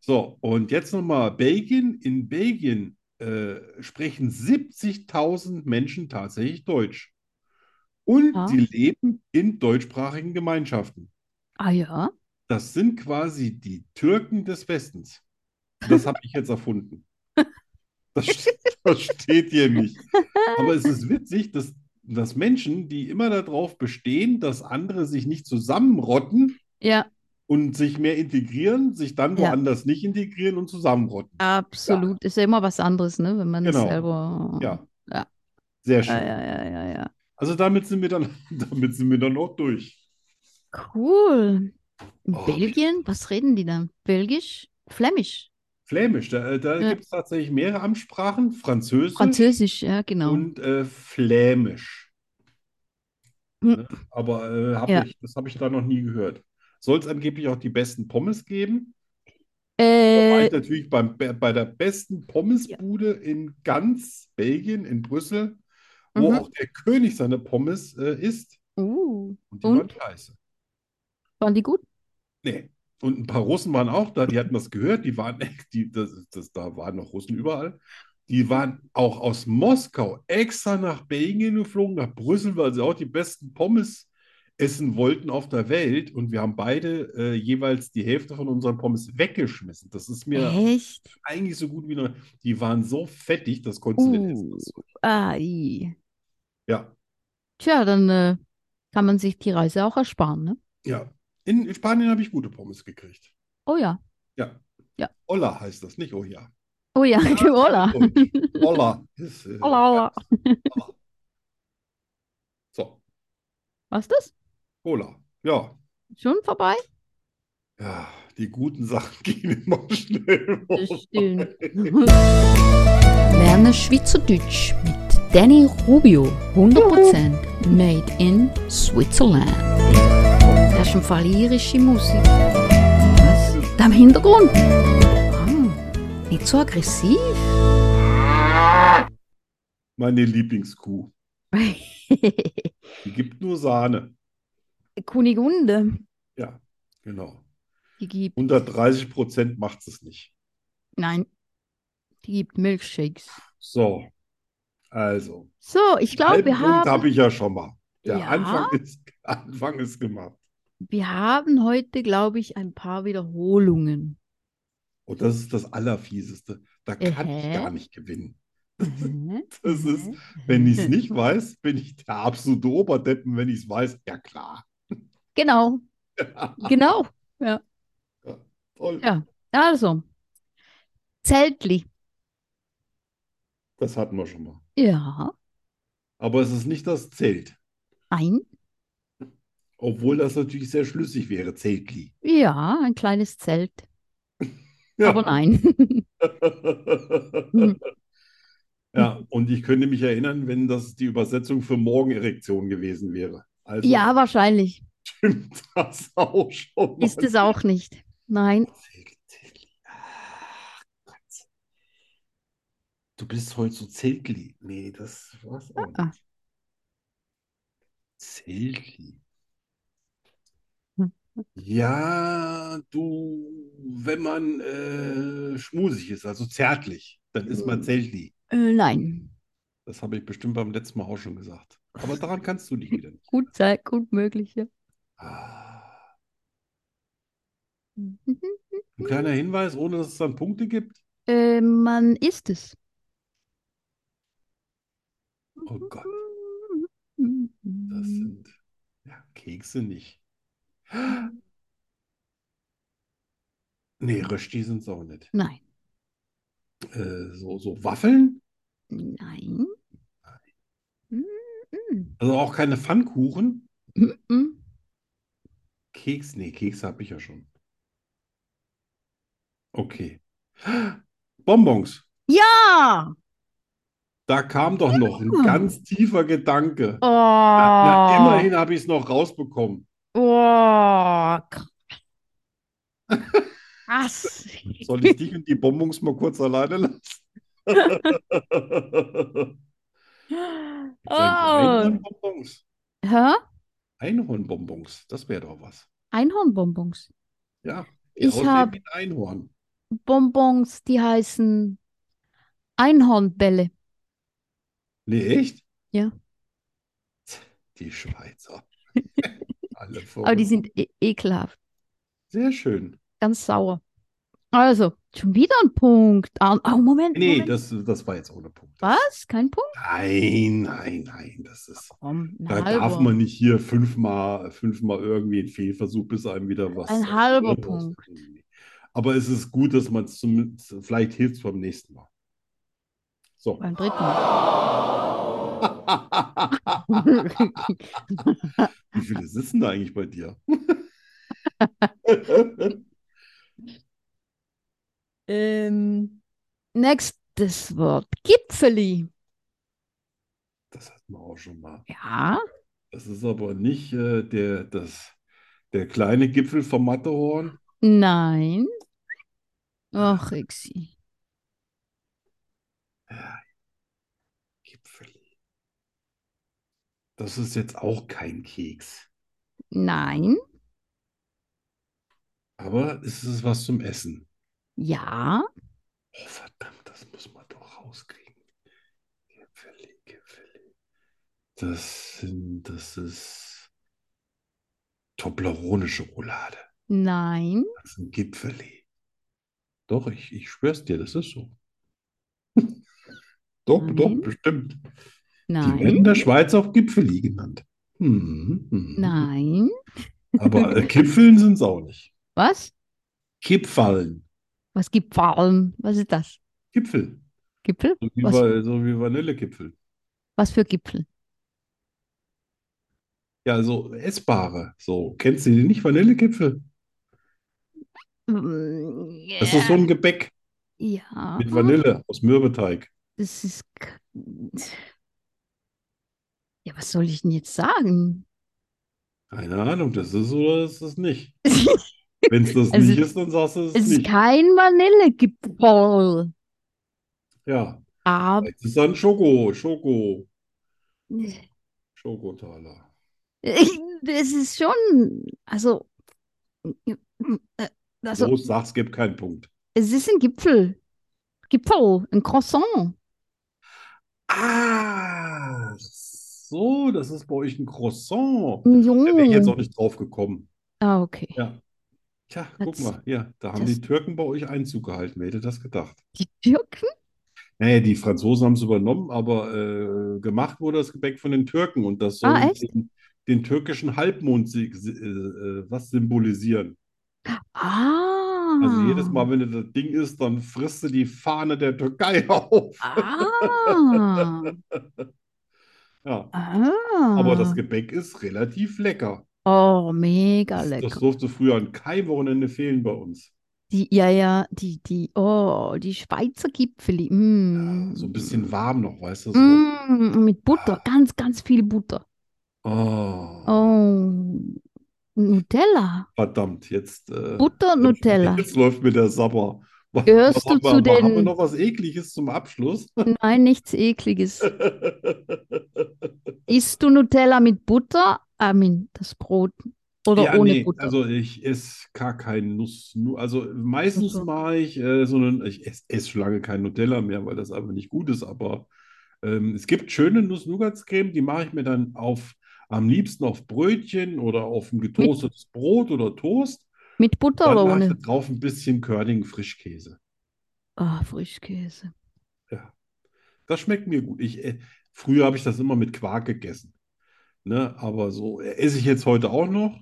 Speaker 1: So, und jetzt nochmal Belgien. In Belgien äh, sprechen 70.000 Menschen tatsächlich Deutsch. Und
Speaker 3: Ja.
Speaker 1: sie leben in deutschsprachigen Gemeinschaften.
Speaker 3: Ah ja.
Speaker 1: Das sind quasi die Türken des Westens. Das habe ich jetzt erfunden. Das, st- das steht hier nicht. Aber es ist witzig, dass, dass Menschen, die immer darauf bestehen, dass andere sich nicht zusammenrotten
Speaker 3: Ja,
Speaker 1: und sich mehr integrieren, sich dann
Speaker 3: Ja.
Speaker 1: woanders nicht integrieren und zusammenrotten.
Speaker 3: absolut. Ist ja immer was anderes, ne? Wenn man es
Speaker 1: Genau.
Speaker 3: selber.
Speaker 1: Ja.
Speaker 3: Ja. Ah,
Speaker 1: Sehr
Speaker 3: Ja,
Speaker 1: schön.
Speaker 3: ja, ja, ja, ja.
Speaker 1: Also damit sind wir dann, damit sind wir dann auch durch.
Speaker 3: Cool. In
Speaker 1: Oh,
Speaker 3: Belgien? Was reden die dann? Belgisch? Flämisch?
Speaker 1: Flämisch, da, äh, da
Speaker 3: Ja.
Speaker 1: gibt es tatsächlich mehrere Amtssprachen, Französisch
Speaker 3: Französisch, ja, genau.
Speaker 1: und äh, Flämisch.
Speaker 3: Hm.
Speaker 1: Ne? Aber äh, hab
Speaker 3: Ja.
Speaker 1: ich, das habe ich da noch nie gehört. Soll es angeblich auch die besten Pommes geben? Wobei
Speaker 3: Äh,
Speaker 1: ich natürlich beim, bei bei der besten Pommesbude in ganz Belgien, in Brüssel, wo
Speaker 3: Mhm.
Speaker 1: auch der König seine Pommes äh, isst.
Speaker 3: uh,
Speaker 1: Und die
Speaker 3: Und?
Speaker 1: waren scheiße.
Speaker 3: waren die gut?
Speaker 1: Nee. Und ein paar Russen waren auch da, die hatten das gehört, die waren echt, die, das, das, da waren noch Russen überall. Die waren auch aus Moskau extra nach Belgien geflogen, nach Brüssel, weil sie auch die besten Pommes essen wollten auf der Welt. Und wir haben beide äh, jeweils die Hälfte von unseren Pommes weggeschmissen. Das ist mir
Speaker 3: Echt?
Speaker 1: eigentlich so gut wie noch. Die waren so fettig, das konntest du nicht essen.
Speaker 3: Uh. Ai.
Speaker 1: Ja,
Speaker 3: Tja, dann äh, kann man sich die Reise auch ersparen, ne?
Speaker 1: ja. In, in Spanien habe ich gute Pommes gekriegt.
Speaker 3: Oh ja.
Speaker 1: Ja.
Speaker 3: Ja.
Speaker 1: Olla heißt das, nicht? Oh ja.
Speaker 3: Oh ja, voilà.
Speaker 1: Deutsch. Olla. Ist, äh,
Speaker 3: Olla, olla.
Speaker 1: Olla. So,
Speaker 3: Was das?
Speaker 1: Cola. Ja.
Speaker 3: Schon vorbei?
Speaker 1: Ja, die guten Sachen gehen immer schnell.
Speaker 3: Das stimmt.
Speaker 2: Lerne Schweizerdeutsch mit Danny Rubio. 100% made in Switzerland. Das ist im Fall irische Musik. Was? Da im Hintergrund? Ah, nicht so aggressiv.
Speaker 1: Meine Lieblingskuh. Die gibt nur Sahne.
Speaker 3: Kunigunde.
Speaker 1: Ja, genau.
Speaker 3: Die gibt,
Speaker 1: 130 Prozent macht es nicht.
Speaker 3: nein, die gibt Milkshakes.
Speaker 1: So, also.
Speaker 3: So, ich glaube,
Speaker 1: halben
Speaker 3: wir
Speaker 1: Punkt
Speaker 3: haben,
Speaker 1: habe ich ja schon mal. Der
Speaker 3: Ja.
Speaker 1: Anfang ist, Anfang ist gemacht.
Speaker 3: wir haben heute, glaube ich, ein paar Wiederholungen.
Speaker 1: Und das ist das Allerfieseste. Da kann ich
Speaker 3: Ähä.
Speaker 1: gar nicht gewinnen. Das ist,
Speaker 3: Mhm.
Speaker 1: wenn ich
Speaker 3: Hm.
Speaker 1: es nicht weiß, bin ich der absolute Oberdeppen. Wenn ich es weiß, ja klar.
Speaker 3: Genau, genau. Ja.
Speaker 1: Toll.
Speaker 3: Ja. Also, Zeltli.
Speaker 1: Das hatten wir schon mal.
Speaker 3: Ja,
Speaker 1: Aber es ist nicht das Zelt.
Speaker 3: ein,
Speaker 1: Obwohl
Speaker 3: Mhm.
Speaker 1: das natürlich sehr schlüssig wäre, Zeltli.
Speaker 3: ja, ein kleines Zelt. Aber nein. Hm.
Speaker 1: Ja, und ich könnte mich erinnern, wenn das die Übersetzung für Morgenerektion gewesen wäre. Also
Speaker 3: Ja, wahrscheinlich
Speaker 1: stimmt das auch schon.
Speaker 3: ist
Speaker 1: mal.
Speaker 3: es auch nicht. Nein,
Speaker 1: Zeltli. Ach Gott. Du bist heute so Zeltli. Nee, das war's auch
Speaker 3: Ah.
Speaker 1: nicht. Zeltli.
Speaker 3: Hm.
Speaker 1: Ja, du, wenn man äh, schmusig ist, also zärtlich, dann ist man Zeltli.
Speaker 3: äh, nein.
Speaker 1: Das habe ich bestimmt beim letzten Mal auch schon gesagt. Aber daran kannst du dich wieder nicht.
Speaker 3: Gut, Zeit, gut möglich. Ja.
Speaker 1: Ah.
Speaker 3: Mhm.
Speaker 1: Ein kleiner Hinweis, ohne dass es dann Punkte gibt.
Speaker 3: Äh, man ist es.
Speaker 1: Oh Gott, das
Speaker 3: Mhm.
Speaker 1: sind ja, Kekse nicht. Nee, Rösti sind es auch nicht.
Speaker 3: Nein,
Speaker 1: Äh, so, so Waffeln?
Speaker 3: nein. Mhm.
Speaker 1: Also auch keine Pfannkuchen?
Speaker 3: Mhm.
Speaker 1: Keks? Nee, Kekse habe ich ja schon. Okay. Bonbons.
Speaker 3: Ja!
Speaker 1: Da kam doch noch ein
Speaker 3: Ja.
Speaker 1: ganz tiefer Gedanke.
Speaker 3: Ah. Oh,
Speaker 1: Na, immerhin habe ich es noch rausbekommen.
Speaker 3: Oh, krass.
Speaker 1: Soll ich dich und die Bonbons mal kurz alleine lassen?
Speaker 3: Oh.
Speaker 1: Einhornbonbons.
Speaker 3: Hä?
Speaker 1: Einhornbonbons, das wäre doch was.
Speaker 3: Einhornbonbons.
Speaker 1: Ja, die
Speaker 3: Ich
Speaker 1: aussehen
Speaker 3: habe
Speaker 1: wie ein Einhorn.
Speaker 3: Bonbons, die heißen Einhornbälle.
Speaker 1: Nee, echt?
Speaker 3: Ja.
Speaker 1: Die Schweizer. Alle
Speaker 3: Aber die
Speaker 1: verrückt.
Speaker 3: sind e ekelhaft,
Speaker 1: Sehr schön.
Speaker 3: ganz sauer. Also, schon wieder ein Punkt. Ah, Oh, Moment,
Speaker 1: Nee,
Speaker 3: Moment.
Speaker 1: das, das war jetzt ohne Punkt.
Speaker 3: Was? Kein Punkt?
Speaker 1: Nein, nein, nein, das ist.
Speaker 3: Komm, ein
Speaker 1: Da
Speaker 3: halber.
Speaker 1: darf man nicht hier fünfmal, fünfmal irgendwie einen Fehlversuch, bis einem wieder was.
Speaker 3: Ein halber
Speaker 1: Irgendwas- Aber es ist gut, dass man es zumindest, vielleicht hilft es beim nächsten Mal. So.
Speaker 3: Beim dritten Mal.
Speaker 1: Wie viele sitzen da eigentlich bei dir?
Speaker 3: ähm, nächstes Wort. Gipfeli.
Speaker 1: Das hatten wir auch schon mal.
Speaker 3: Ja.
Speaker 1: Das ist aber nicht äh, der, das, der kleine Gipfel vom Matterhorn.
Speaker 3: Nein. Ach, Rixi.
Speaker 1: Gipfel. Das ist jetzt auch kein Keks.
Speaker 3: Nein.
Speaker 1: Aber es ist was zum Essen.
Speaker 3: Ja.
Speaker 1: Oh, verdammt, das muss man doch rauskriegen. Gipfeli, Gipfeli. Das sind, das ist Toblerone Schokolade.
Speaker 3: Nein.
Speaker 1: Das ist ein Gipfeli. Doch, ich, ich schwör's dir, das ist so. Doch, doch,
Speaker 3: Nein.
Speaker 1: bestimmt. Die werden in
Speaker 3: Mhm. Nein.
Speaker 1: der Schweiz auch Gipfeli genannt. Hm, hm.
Speaker 3: Nein.
Speaker 1: Aber äh, Kipfeln sind's auch nicht.
Speaker 3: Was?
Speaker 1: Kipfallen.
Speaker 3: Was gibt Fallen? Was ist das?
Speaker 1: Gipfel.
Speaker 3: Gipfel?
Speaker 1: So wie,
Speaker 3: Was?
Speaker 1: Va- so wie Vanillekipfel.
Speaker 3: Was für Gipfel?
Speaker 1: Ja, so essbare. So, kennst du die nicht? Vanillekipfel? Das ist so ein Gebäck
Speaker 3: Ja.
Speaker 1: mit Vanille aus Mürbeteig.
Speaker 3: Das ist. k- Ja, was soll ich denn jetzt sagen?
Speaker 1: Keine Ahnung, das ist oder das ist es nicht. Wenn es das
Speaker 3: Also,
Speaker 1: nicht ist, dann sagst du es
Speaker 3: Es ist
Speaker 1: nicht.
Speaker 3: kein Vanillegipfel.
Speaker 1: Ja,
Speaker 3: Aber.
Speaker 1: es ist dann Schoko, Schoko, Schokotaler.
Speaker 3: Es ist schon. Also. äh, Also,
Speaker 1: Los, sag's, gibt keinen Punkt.
Speaker 3: es ist ein Gipfel. Gipfel, ein Croissant.
Speaker 1: Ah, so, das ist bei euch ein Croissant. Da wäre ich jetzt
Speaker 3: Jo.
Speaker 1: auch nicht drauf gekommen.
Speaker 3: Ah, okay.
Speaker 1: Ja. Tja, guck
Speaker 3: Das-
Speaker 1: mal, ja, da haben
Speaker 3: das-
Speaker 1: die Türken bei euch Einzug gehalten. Wer hätte das gedacht?
Speaker 3: Die Türken?
Speaker 1: Naja, die Franzosen haben es übernommen, aber äh, gemacht wurde das Gebäck von den Türken und das soll
Speaker 3: Ah, echt?
Speaker 1: den, den türkischen Halbmond si- si- äh, äh, was symbolisieren.
Speaker 3: Ah.
Speaker 1: Also jedes Mal, wenn du das Ding isst, dann frisst du die Fahne der Türkei auf.
Speaker 3: Ah.
Speaker 1: Ja,
Speaker 3: ah.
Speaker 1: aber das Gebäck ist relativ lecker.
Speaker 3: Oh, mega
Speaker 1: Das, das
Speaker 3: lecker.
Speaker 1: durfte früher an keinem Wochenende fehlen bei uns.
Speaker 3: Die, ja, ja, die, die, oh, die Schweizer Gipfeli. Mm.
Speaker 1: Ja, so ein bisschen warm noch, weißt du, so.
Speaker 3: Mm, mit Butter, ganz, ganz viel Butter.
Speaker 1: Oh,
Speaker 3: Oh, Nutella.
Speaker 1: verdammt, jetzt, äh,
Speaker 3: Butter, Nutella.
Speaker 1: jetzt läuft mir der Sabber. Was,
Speaker 3: Gehörst
Speaker 1: was
Speaker 3: du zu
Speaker 1: haben wir, Haben wir
Speaker 3: den-
Speaker 1: noch was Ekliges zum Abschluss?
Speaker 3: Nein, nichts Ekliges. Isst du Nutella mit Butter? I mean, das Brot. Oder
Speaker 1: Ja,
Speaker 3: ohne
Speaker 1: nee,
Speaker 3: Butter.
Speaker 1: also ich esse gar kein Nuss. nu- Also meistens
Speaker 3: Ach so.
Speaker 1: mache ich äh, so einen, ich esse ess schon lange kein Nutella mehr, weil das einfach nicht gut ist, aber ähm, es gibt schöne Nuss-Nougat-Creme, die mache ich mir dann auf, am liebsten auf Brötchen oder auf ein getoastetes Brot oder Toast.
Speaker 3: mit Butter
Speaker 1: Dann
Speaker 3: oder
Speaker 1: mache ich
Speaker 3: ohne?
Speaker 1: da drauf ein bisschen Körning Frischkäse.
Speaker 3: Ah, Frischkäse.
Speaker 1: Das schmeckt mir gut. Ich, äh, früher habe ich das immer mit Quark gegessen. Ne? Aber so äh, esse ich jetzt heute auch noch.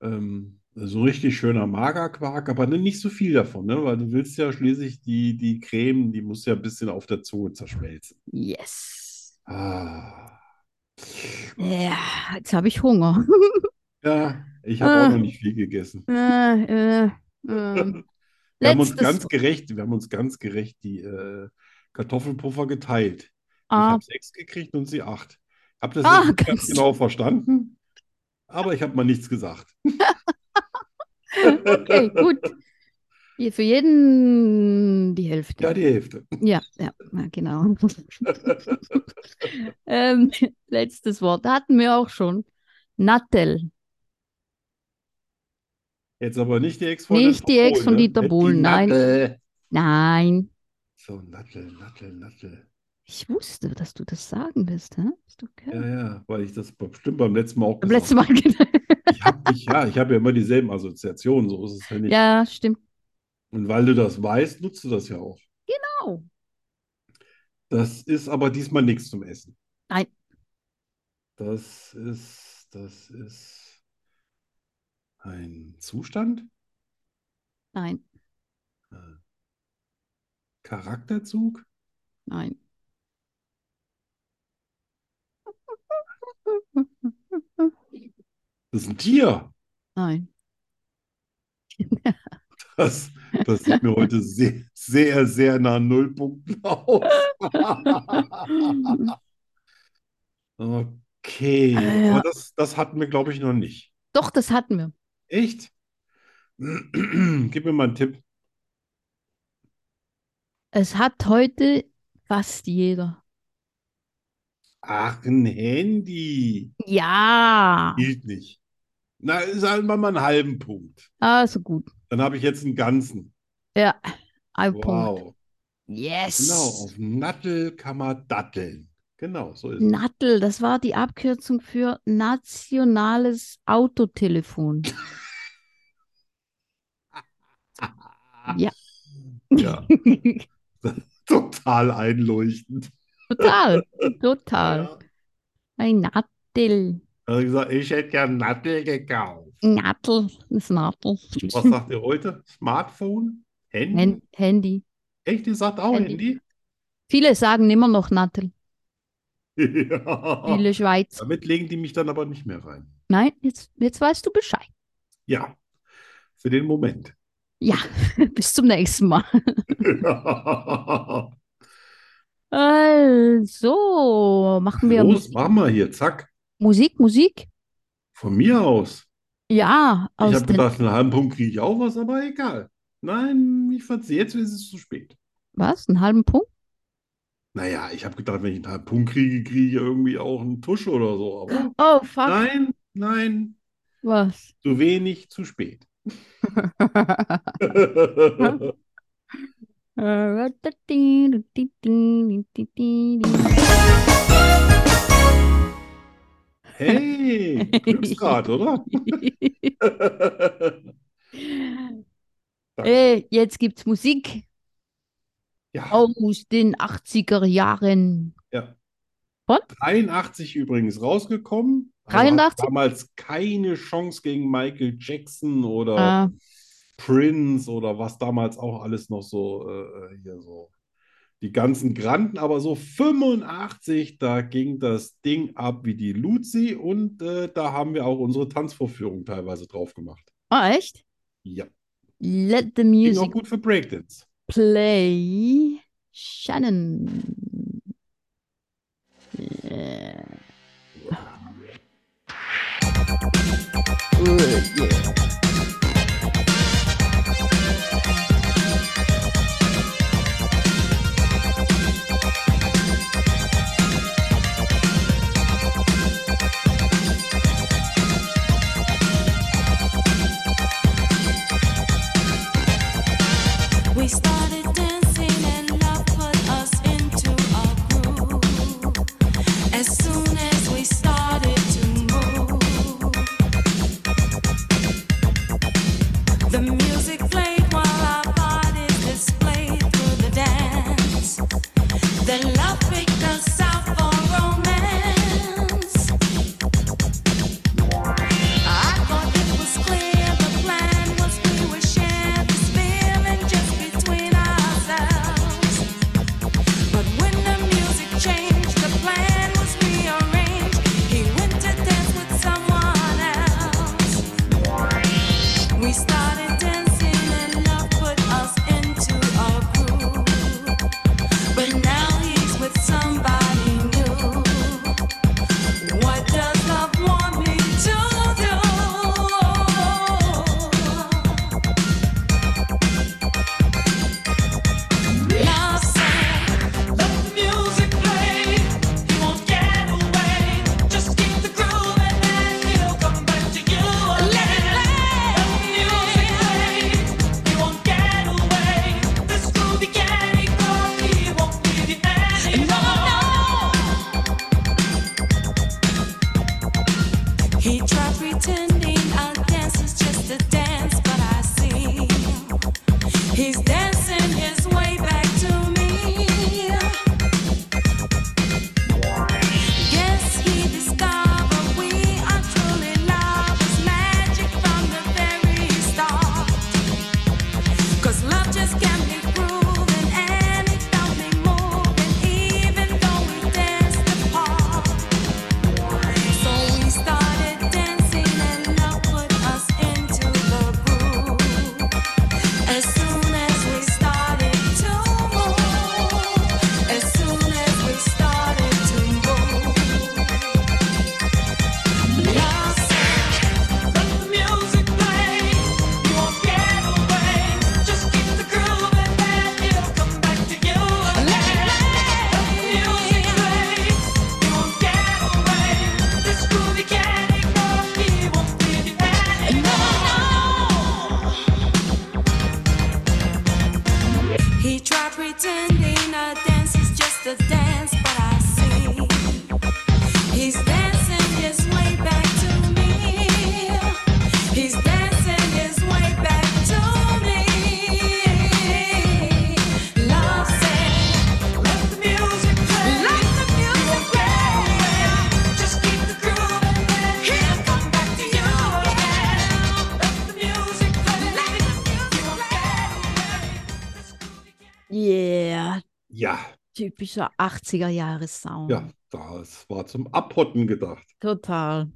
Speaker 1: Ähm, so richtig schöner Magerquark, aber ne, nicht so viel davon, ne? Weil du willst ja schließlich die, die Creme, die muss ja ein bisschen auf der Zunge zerschmelzen.
Speaker 3: Yes.
Speaker 1: Ah.
Speaker 3: Ja, jetzt habe ich Hunger.
Speaker 1: Ja, ich habe auch
Speaker 3: Ah.
Speaker 1: noch nicht viel gegessen.
Speaker 3: Äh, äh, ähm,
Speaker 1: Wir haben uns
Speaker 3: letztes-
Speaker 1: ganz gerecht, wir haben uns ganz gerecht die äh, Kartoffelpuffer geteilt. Ich
Speaker 3: Ah,
Speaker 1: habe sechs gekriegt und sie acht. Hab das
Speaker 3: Ah,
Speaker 1: jetzt nicht ganz
Speaker 3: ganz-
Speaker 1: genau verstanden, aber ich habe mal nichts gesagt.
Speaker 3: okay, gut. Je- Für jeden die Hälfte.
Speaker 1: Ja, die Hälfte.
Speaker 3: Ja, ja, na, genau. ähm, letztes Wort hatten wir auch schon. Nattel.
Speaker 1: Jetzt aber nicht die Ex von Dieter
Speaker 3: Nicht die Ex von
Speaker 1: ne?
Speaker 3: Dieter
Speaker 1: Nicht die
Speaker 3: Bohlen, nein.
Speaker 1: Nattel.
Speaker 3: Nein,
Speaker 1: So, Nattel, Nattel, Nattel.
Speaker 3: ich wusste, dass du das sagen wirst. Hä? Hast du gehört?
Speaker 1: Ja, ja, weil ich das bestimmt beim letzten Mal auch
Speaker 3: Beim
Speaker 1: gesagt
Speaker 3: letzten Mal. gedacht.
Speaker 1: habe. Ich hab dich, ja, ich habe ja immer dieselben Assoziationen, so ist es ja nicht.
Speaker 3: ja, stimmt.
Speaker 1: Und weil du das weißt, nutzt du das ja auch.
Speaker 3: Genau.
Speaker 1: Das ist aber diesmal nichts zum Essen.
Speaker 3: Nein.
Speaker 1: Das ist, das ist ein Zustand,
Speaker 3: Nein,
Speaker 1: äh, Charakterzug.
Speaker 3: nein.
Speaker 1: Das ist ein Tier.
Speaker 3: Nein.
Speaker 1: Das, das sieht mir heute sehr, sehr, sehr nah Nullpunkten aus. Okay,
Speaker 3: Ah, ja.
Speaker 1: aber das, das hatten wir, glaube ich, noch nicht.
Speaker 3: Doch, das hatten wir.
Speaker 1: Echt? Gib mir mal einen Tipp.
Speaker 3: Es hat heute fast jeder.
Speaker 1: Ach, ein Handy.
Speaker 3: Ja.
Speaker 1: Gilt nicht. Na, sagen wir mal einen halben Punkt.
Speaker 3: Also gut.
Speaker 1: Dann habe ich jetzt einen ganzen.
Speaker 3: Ja. Ein Punkt.
Speaker 1: Wow.
Speaker 3: Yes.
Speaker 1: Genau, auf Nattel kann man datteln. Genau, so ist es.
Speaker 3: Nattel, das war die Abkürzung für nationales Autotelefon. Ja.
Speaker 1: Ja, total einleuchtend.
Speaker 3: total, total.
Speaker 1: Ja.
Speaker 3: Ein Nattel.
Speaker 1: Also gesagt, ich hätte gern Nattel gekauft.
Speaker 3: Nattel, das Nattel.
Speaker 1: Was sagt ihr heute? Smartphone? Handy?
Speaker 3: Hand Handy.
Speaker 1: Echt, ihr sagt auch
Speaker 3: Handy. Viele sagen immer noch Nattel.
Speaker 1: Handy? Ja.
Speaker 3: Viele Schweiz.
Speaker 1: Damit legen die mich dann aber nicht mehr rein.
Speaker 3: Nein, jetzt, jetzt weißt du Bescheid.
Speaker 1: Ja, für den Moment.
Speaker 3: Ja, bis zum nächsten Mal.
Speaker 1: Ja.
Speaker 3: Also, machen wir
Speaker 1: Los, machen wir hier, zack.
Speaker 3: Musik, Musik?
Speaker 1: Von mir aus.
Speaker 3: Ja,
Speaker 1: Ich
Speaker 3: aus
Speaker 1: habe
Speaker 3: den,
Speaker 1: gedacht, einen halben Punkt kriege ich auch was, aber egal. Nein, ich fand's, jetzt ist es zu spät.
Speaker 3: was? Einen halben Punkt?
Speaker 1: Naja, ich habe gedacht, wenn ich einen halben Punkt kriege, kriege ich irgendwie auch einen Tusch oder so. Aber
Speaker 3: Oh, fuck.
Speaker 1: nein, nein,
Speaker 3: Was?
Speaker 1: zu wenig, zu spät. Hey, Glücksrad, oder?
Speaker 3: Äh, jetzt gibt's Musik.
Speaker 1: Ja.
Speaker 3: aus den 80er Jahren.
Speaker 1: 83 übrigens rausgekommen. Also
Speaker 3: 83?
Speaker 1: hat Damals keine Chance gegen Michael Jackson oder
Speaker 3: Äh,
Speaker 1: Prince oder was damals auch alles noch so äh, hier so. Die ganzen Granden, aber so 85, da ging das Ding ab wie die Luzi und äh, da haben wir auch unsere Tanzvorführung teilweise drauf gemacht.
Speaker 3: ah, echt?
Speaker 1: Ja,
Speaker 3: Let the
Speaker 1: ging auch
Speaker 3: music
Speaker 1: gut für Breakdance.
Speaker 3: play. Shannon. Äh.
Speaker 5: We started dancing and love put us into a groove. As soon as we started to move, the music played while our bodies displayed through the dance. Then love picked us out for romance. I thought it was clear the plan was we would share this feeling just between ourselves. But when the music changed, the plan was rearranged. He went to dance with someone else. We started dancing and love put us into a groove. But now he's with somebody new. What does love want me to do? Love said, let the music play. You won't get away. Just keep the groove and then he'll come back to you again. Let the music play. You won't get away. This groove you can't ignore. He won't give you any more. He tried pretending our dance is just a dance, but I see he's dancing his way back to me. Yes, he discovered we are truly love is magic from the very start. 'Cause love just can't be proven and it don't be moving, even though we danced apart. So we started dancing and love put us into the groove. As soon as we started to move, as soon as we started to move, love said, "Let the music play. You won't get away. Just keep the groove and then it'll come back to you again. Let the music play. You won't get away. This groove you can't ignore. He won't give you anymore." He tried pretending a dance is just a dance, but I see he's dancing his way back to me. He's dancing his way back to me. Love said, let the music play, let the music play. Just keep the groove and then he'll come back to you again. Let the music play, let the music play.
Speaker 3: Yeah,
Speaker 1: Ja,
Speaker 3: typischer 80er-Jahres-Sound.
Speaker 1: ja, das war zum Abhotten gedacht.
Speaker 3: Total.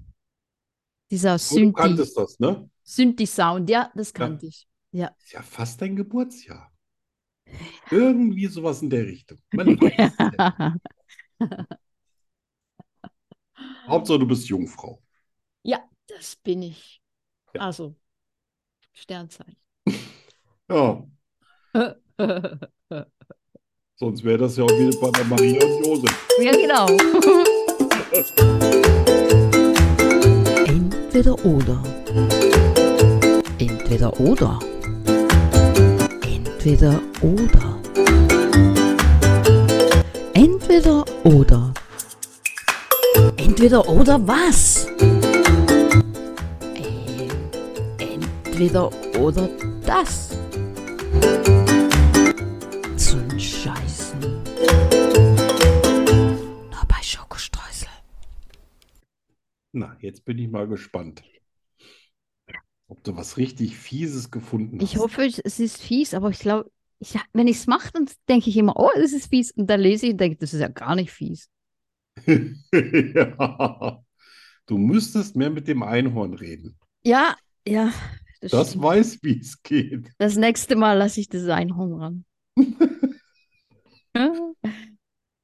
Speaker 3: Dieser
Speaker 1: Und du
Speaker 3: Synthi,
Speaker 1: kanntest das, ne?
Speaker 3: Synthi-Sound, ja, das kannte ich.
Speaker 1: Ist ja fast dein Geburtsjahr. Irgendwie sowas in der Richtung. Man weiß es nicht. Hauptsache, du bist Jungfrau.
Speaker 3: Das bin ich.
Speaker 1: Ja.
Speaker 3: Also, Sternzeichen.
Speaker 1: Ja,
Speaker 3: ja,
Speaker 1: sonst wäre das ja auch wieder bei der Maria und Josef.
Speaker 3: genau.
Speaker 2: Entweder oder. Entweder oder. Entweder oder. Entweder oder. Entweder oder was? Ähm, Entweder oder das. Zum Scheiß.
Speaker 1: Na, jetzt bin ich mal gespannt, ob du was richtig Fieses gefunden hast.
Speaker 3: Ich hoffe, es es ist fies, aber ich glaube, ich, wenn ich es mache, dann denke ich immer, oh, das ist fies. Und dann lese ich und denke, das ist ja gar nicht fies.
Speaker 1: ja. Du müsstest mehr mit dem Einhorn reden.
Speaker 3: Ja, ja. Das
Speaker 1: Das
Speaker 3: stimmt.
Speaker 1: weiß, wie es geht.
Speaker 3: das nächste Mal lasse ich das Einhorn ran. Ja.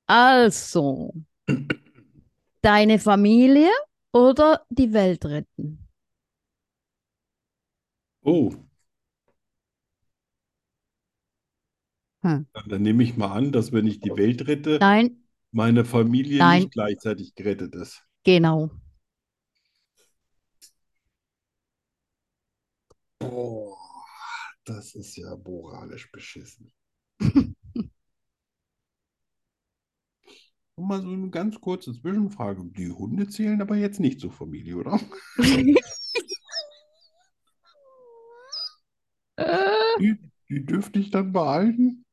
Speaker 3: also, deine Familie oder die Welt retten?
Speaker 1: Oh.
Speaker 3: Hm.
Speaker 1: Dann, dann nehme ich mal an, dass wenn ich die Welt rette,
Speaker 3: Nein,
Speaker 1: meine Familie
Speaker 3: Nein.
Speaker 1: nicht gleichzeitig gerettet ist.
Speaker 3: genau.
Speaker 1: Boah, das ist ja moralisch beschissen. Und mal so eine ganz kurze Zwischenfrage. Die Hunde zählen aber jetzt nicht zur Familie, oder?
Speaker 3: Äh,
Speaker 1: Die, die dürfte ich dann behalten?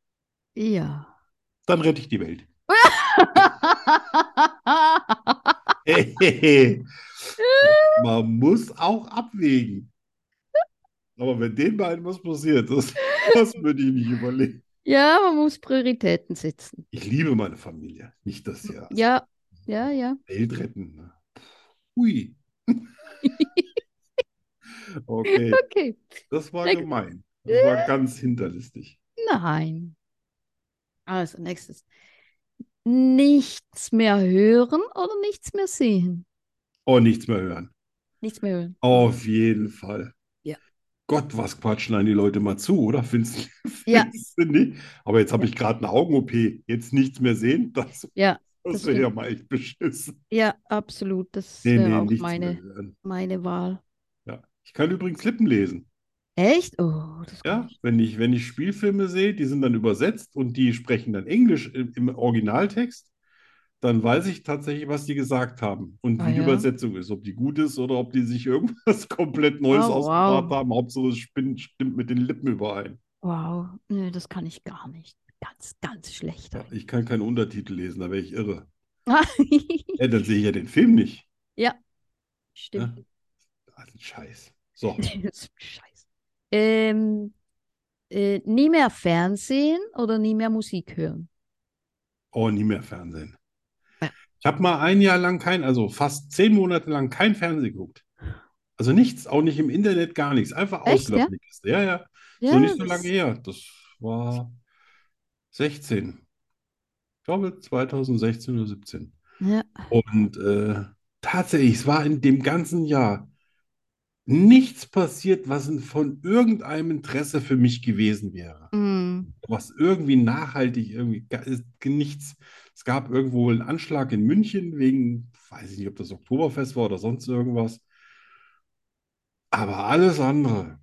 Speaker 3: ja.
Speaker 1: Dann rette ich die Welt. Hey, man muss auch abwägen. Aber wenn den beiden was passiert, das, das würde ich nicht überlegen.
Speaker 3: ja, man muss Prioritäten setzen.
Speaker 1: Ich liebe meine Familie. Nicht das hier.
Speaker 3: Ja, ja, ja.
Speaker 1: Welt retten. ne? Hui. Okay,
Speaker 3: Okay.
Speaker 1: das war
Speaker 3: Next.
Speaker 1: gemein. Das war ganz hinterlistig.
Speaker 3: Nein. Also, nächstes. Nichts mehr hören oder nichts mehr sehen?
Speaker 1: Oh, nichts mehr hören.
Speaker 3: Nichts mehr hören.
Speaker 1: Auf jeden Fall.
Speaker 3: Mhm. Ja.
Speaker 1: Gott, was quatschen einen die Leute mal zu, oder? Findest,
Speaker 3: Ja.
Speaker 1: findest du nicht? Aber jetzt habe ich gerade eine Augen-OP. Jetzt nichts mehr sehen, das,
Speaker 3: Ja,
Speaker 1: das
Speaker 3: das
Speaker 1: wäre ja
Speaker 3: stimmt.
Speaker 1: mal echt beschissen.
Speaker 3: ja, absolut. Das
Speaker 1: Nee,
Speaker 3: wäre
Speaker 1: nee,
Speaker 3: auch
Speaker 1: nichts
Speaker 3: meine,
Speaker 1: mehr hören.
Speaker 3: meine Wahl.
Speaker 1: Ja. Ich kann übrigens Lippen lesen.
Speaker 3: Echt? Oh, das kann
Speaker 1: Ja,
Speaker 3: ich.
Speaker 1: wenn ich, wenn ich Spielfilme sehe, die sind dann übersetzt und die sprechen dann Englisch im, im Originaltext, dann weiß ich tatsächlich, was die gesagt haben und wie
Speaker 3: Ah,
Speaker 1: die
Speaker 3: ja.
Speaker 1: Übersetzung ist, ob die gut ist oder ob die sich irgendwas komplett Neues
Speaker 3: Oh, wow.
Speaker 1: ausgedacht haben. Hauptsache es spinnt, stimmt mit den Lippen überein.
Speaker 3: Wow. Nö, das kann ich gar nicht. Ganz, ganz schlecht.
Speaker 1: Ja, ich kann keine Untertitel lesen, da wäre ich irre.
Speaker 3: eigentlich.
Speaker 1: Ja, dann sehe ich ja den Film nicht.
Speaker 3: Stimmt.
Speaker 1: Also Scheiß. So,
Speaker 3: Scheiße. Ähm, äh, nie mehr Fernsehen oder nie mehr Musik hören?
Speaker 1: oh, nie mehr Fernsehen.
Speaker 3: Ja.
Speaker 1: Ich habe mal ein Jahr lang kein, also fast zehn Monate lang kein Fernsehen geguckt. Also nichts, auch nicht im Internet, gar nichts. Einfach
Speaker 3: Echt,
Speaker 1: ausgelassen. die Kiste. Ja, ja. So
Speaker 3: Ja,
Speaker 1: nicht so
Speaker 3: das-
Speaker 1: lange her. Das war 16. Ich glaube 2016 oder 17.
Speaker 3: Ja.
Speaker 1: Und äh, tatsächlich, es war in dem ganzen Jahr nichts passiert, was von irgendeinem Interesse für mich gewesen wäre
Speaker 3: Mm.
Speaker 1: was irgendwie nachhaltig, irgendwie ga- ist nichts. Es gab irgendwo wohl einen Anschlag in München wegen, weiß ich nicht, ob das Oktoberfest war oder sonst irgendwas. Aber alles andere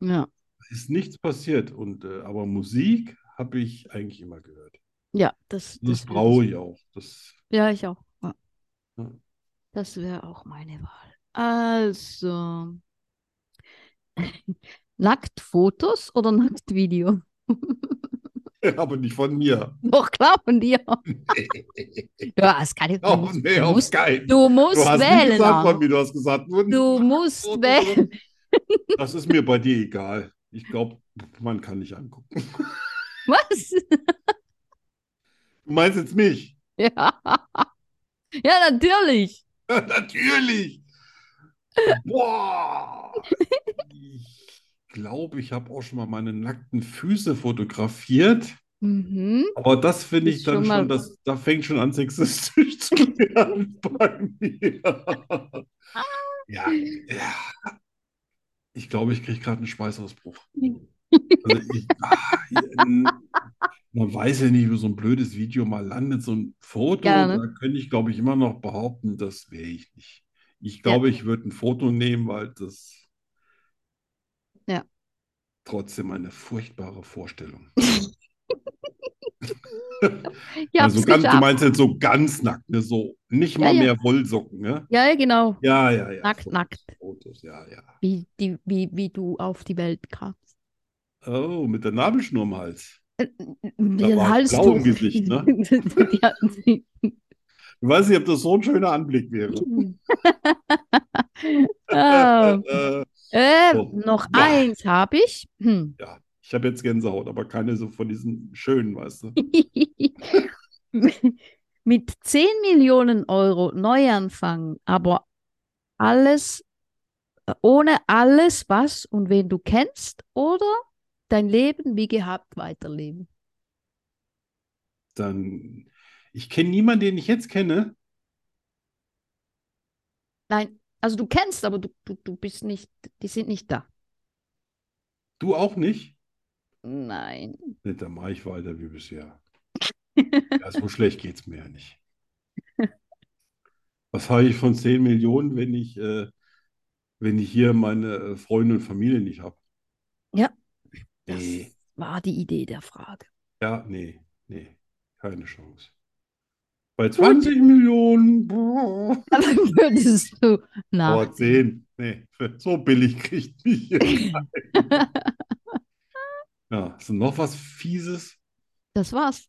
Speaker 3: Ja.
Speaker 1: ist nichts passiert. Und äh, aber Musik habe ich eigentlich immer gehört.
Speaker 3: Ja, das,
Speaker 1: Das
Speaker 3: das
Speaker 1: brauche ich auch. Das,
Speaker 3: Ja, ich auch. Ja.
Speaker 1: Ja.
Speaker 3: Das wäre auch meine Wahl. Also, Nacktfotos oder Nacktvideo?
Speaker 1: aber nicht von mir.
Speaker 3: Doch, klar von dir. Ja, das kann ich. Du
Speaker 1: Oh,
Speaker 3: musst,
Speaker 1: nee,
Speaker 3: du
Speaker 1: auf
Speaker 3: musst,
Speaker 1: keinen.
Speaker 3: du
Speaker 1: Du
Speaker 3: musst
Speaker 1: hast nicht
Speaker 3: wählen,
Speaker 1: gesagt von
Speaker 3: Arno.
Speaker 1: mir, du hast gesagt, nur
Speaker 3: Du musst wählen.
Speaker 1: Das ist mir bei dir egal. Ich glaube, man kann nicht angucken.
Speaker 3: Was?
Speaker 1: Du meinst jetzt mich?
Speaker 3: Ja. Ja, natürlich.
Speaker 1: Natürlich. Boah. Ich glaube, ich habe auch schon mal meine nackten Füße fotografiert.
Speaker 3: Mhm.
Speaker 1: Aber das finde
Speaker 3: Ist
Speaker 1: ich dann
Speaker 3: schon
Speaker 1: schon,
Speaker 3: mal-
Speaker 1: das, da fängt schon an, sexistisch zu werden bei mir.
Speaker 3: Ah.
Speaker 1: Ja, ja. Ich glaube, ich kriege gerade einen Schweißausbruch. Also ich, ah, n- man weiß ja nicht, wo so ein blödes Video mal landet, so ein Foto,
Speaker 3: Ja, ne?
Speaker 1: da könnte ich, glaube ich, immer noch behaupten, das wäre ich nicht. Ich glaube, ich würde ein Foto nehmen, weil das
Speaker 3: Ja.
Speaker 1: trotzdem eine furchtbare Vorstellung.
Speaker 3: Ich hab's
Speaker 1: also ganz, du
Speaker 3: geschafft.
Speaker 1: meinst jetzt so ganz nackt, ne? So nicht mal
Speaker 3: Ja, ja.
Speaker 1: mehr Wollsocken, ne?
Speaker 3: Ja, ja, genau.
Speaker 1: Ja, ja, ja.
Speaker 3: Nackt,
Speaker 1: Fotos,
Speaker 3: nackt.
Speaker 1: Fotos, ja, ja.
Speaker 3: Wie, die, wie, wie du auf die Welt kamst.
Speaker 1: Oh, mit der Nabelschnur im Hals.
Speaker 3: Den
Speaker 1: war ich blau im
Speaker 3: Halstuch.
Speaker 1: Gesicht, ne?
Speaker 3: Die- die- die-
Speaker 1: Ich weiß nicht, ob das so ein schöner Anblick wäre.
Speaker 3: Ah,
Speaker 1: Äh,
Speaker 3: äh,
Speaker 1: So.
Speaker 3: noch
Speaker 1: Ja.
Speaker 3: eins habe ich. Hm.
Speaker 1: ich habe jetzt Gänsehaut, aber keine so von diesen schönen, weißt du.
Speaker 3: Mit 10 Millionen Euro Neuanfang, aber alles äh, ohne alles, was und wen du kennst, oder dein Leben wie gehabt weiterleben.
Speaker 1: Dann, ich kenne niemanden, den ich jetzt kenne.
Speaker 3: Nein, also du kennst, aber du, du, du bist nicht, die sind nicht da.
Speaker 1: Du auch nicht?
Speaker 3: Nein.
Speaker 1: Nee, dann mache ich weiter wie bisher. Ja, so schlecht geht es mir ja nicht. Was habe ich von 10 Millionen, wenn ich, äh, wenn ich hier meine äh, Freunde und Familie nicht habe?
Speaker 3: Ja.
Speaker 1: Nee.
Speaker 3: Das war die Idee der Frage.
Speaker 1: Ja, nee, nee, keine Chance. Bei 20 Millionen, boah,
Speaker 3: Aber würdest du
Speaker 1: boah,
Speaker 3: nach
Speaker 1: 10, nee, so billig kriegt mich hier keiner. Ja, ist noch was Fieses?
Speaker 3: Das war's.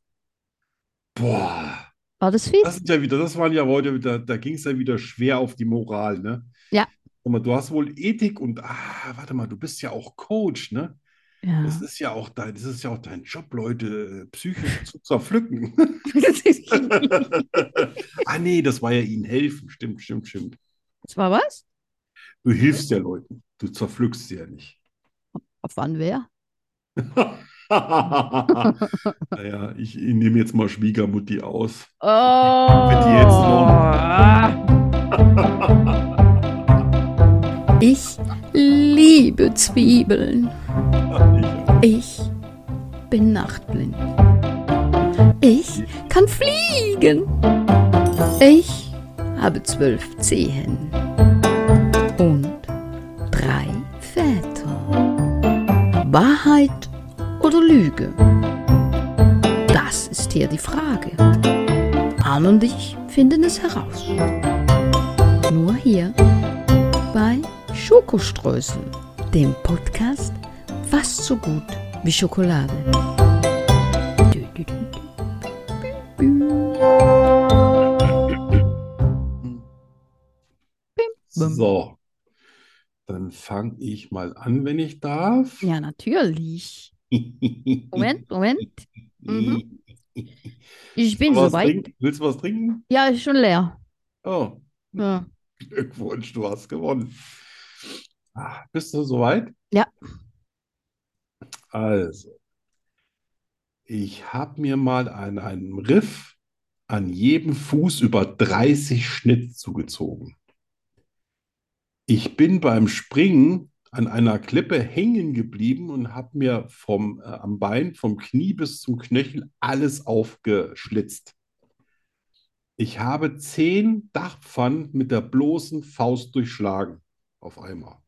Speaker 1: Boah,
Speaker 3: War das fies?
Speaker 1: das sind ja wieder, das waren ja heute wieder, da ging es ja wieder schwer auf die Moral, ne?
Speaker 3: Ja.
Speaker 1: Sag mal, du hast wohl Ethik und, ah, warte mal, du bist ja auch Coach, ne?
Speaker 3: Ja.
Speaker 1: Das ist ja auch dein, das ist ja auch dein Job, Leute äh, psychisch zu zerpflücken. Ah, nee, das war ja ihnen helfen. Stimmt, stimmt, stimmt.
Speaker 3: Das war was?
Speaker 1: Du hilfst ja Leuten. Du zerpflückst sie ja nicht.
Speaker 3: Auf wann wer?
Speaker 1: naja, ich, ich nehme jetzt mal Schwiegermutti aus.
Speaker 3: Oh. Ah.
Speaker 2: Ich liebe Zwiebeln. Ich bin nachtblind. Ich kann fliegen. Ich habe zwölf Zehen und drei Väter. Wahrheit oder Lüge? Das ist hier die Frage. Arne und ich finden es heraus. Nur hier bei Schokoströßen, dem Podcast fast so gut wie Schokolade. Dü, dü, dü.
Speaker 1: So. Dann fange ich mal an, wenn ich darf.
Speaker 3: Ja, natürlich. Moment, Moment. Mhm. Ich bin
Speaker 1: Was
Speaker 3: soweit.
Speaker 1: trinken? Willst du was trinken?
Speaker 3: Ja, ist schon leer.
Speaker 1: Oh,
Speaker 3: Ja.
Speaker 1: Glückwunsch, du hast gewonnen. Ah, bist du soweit?
Speaker 3: Ja.
Speaker 1: Also, ich habe mir mal an einem Riff an jedem Fuß über 30 Schnitt zugezogen. Ich bin beim Springen an einer Klippe hängen geblieben und habe mir vom, äh, am Bein, vom Knie bis zum Knöchel alles aufgeschlitzt. Ich habe zehn Dachpfannen mit der bloßen Faust durchschlagen auf einmal.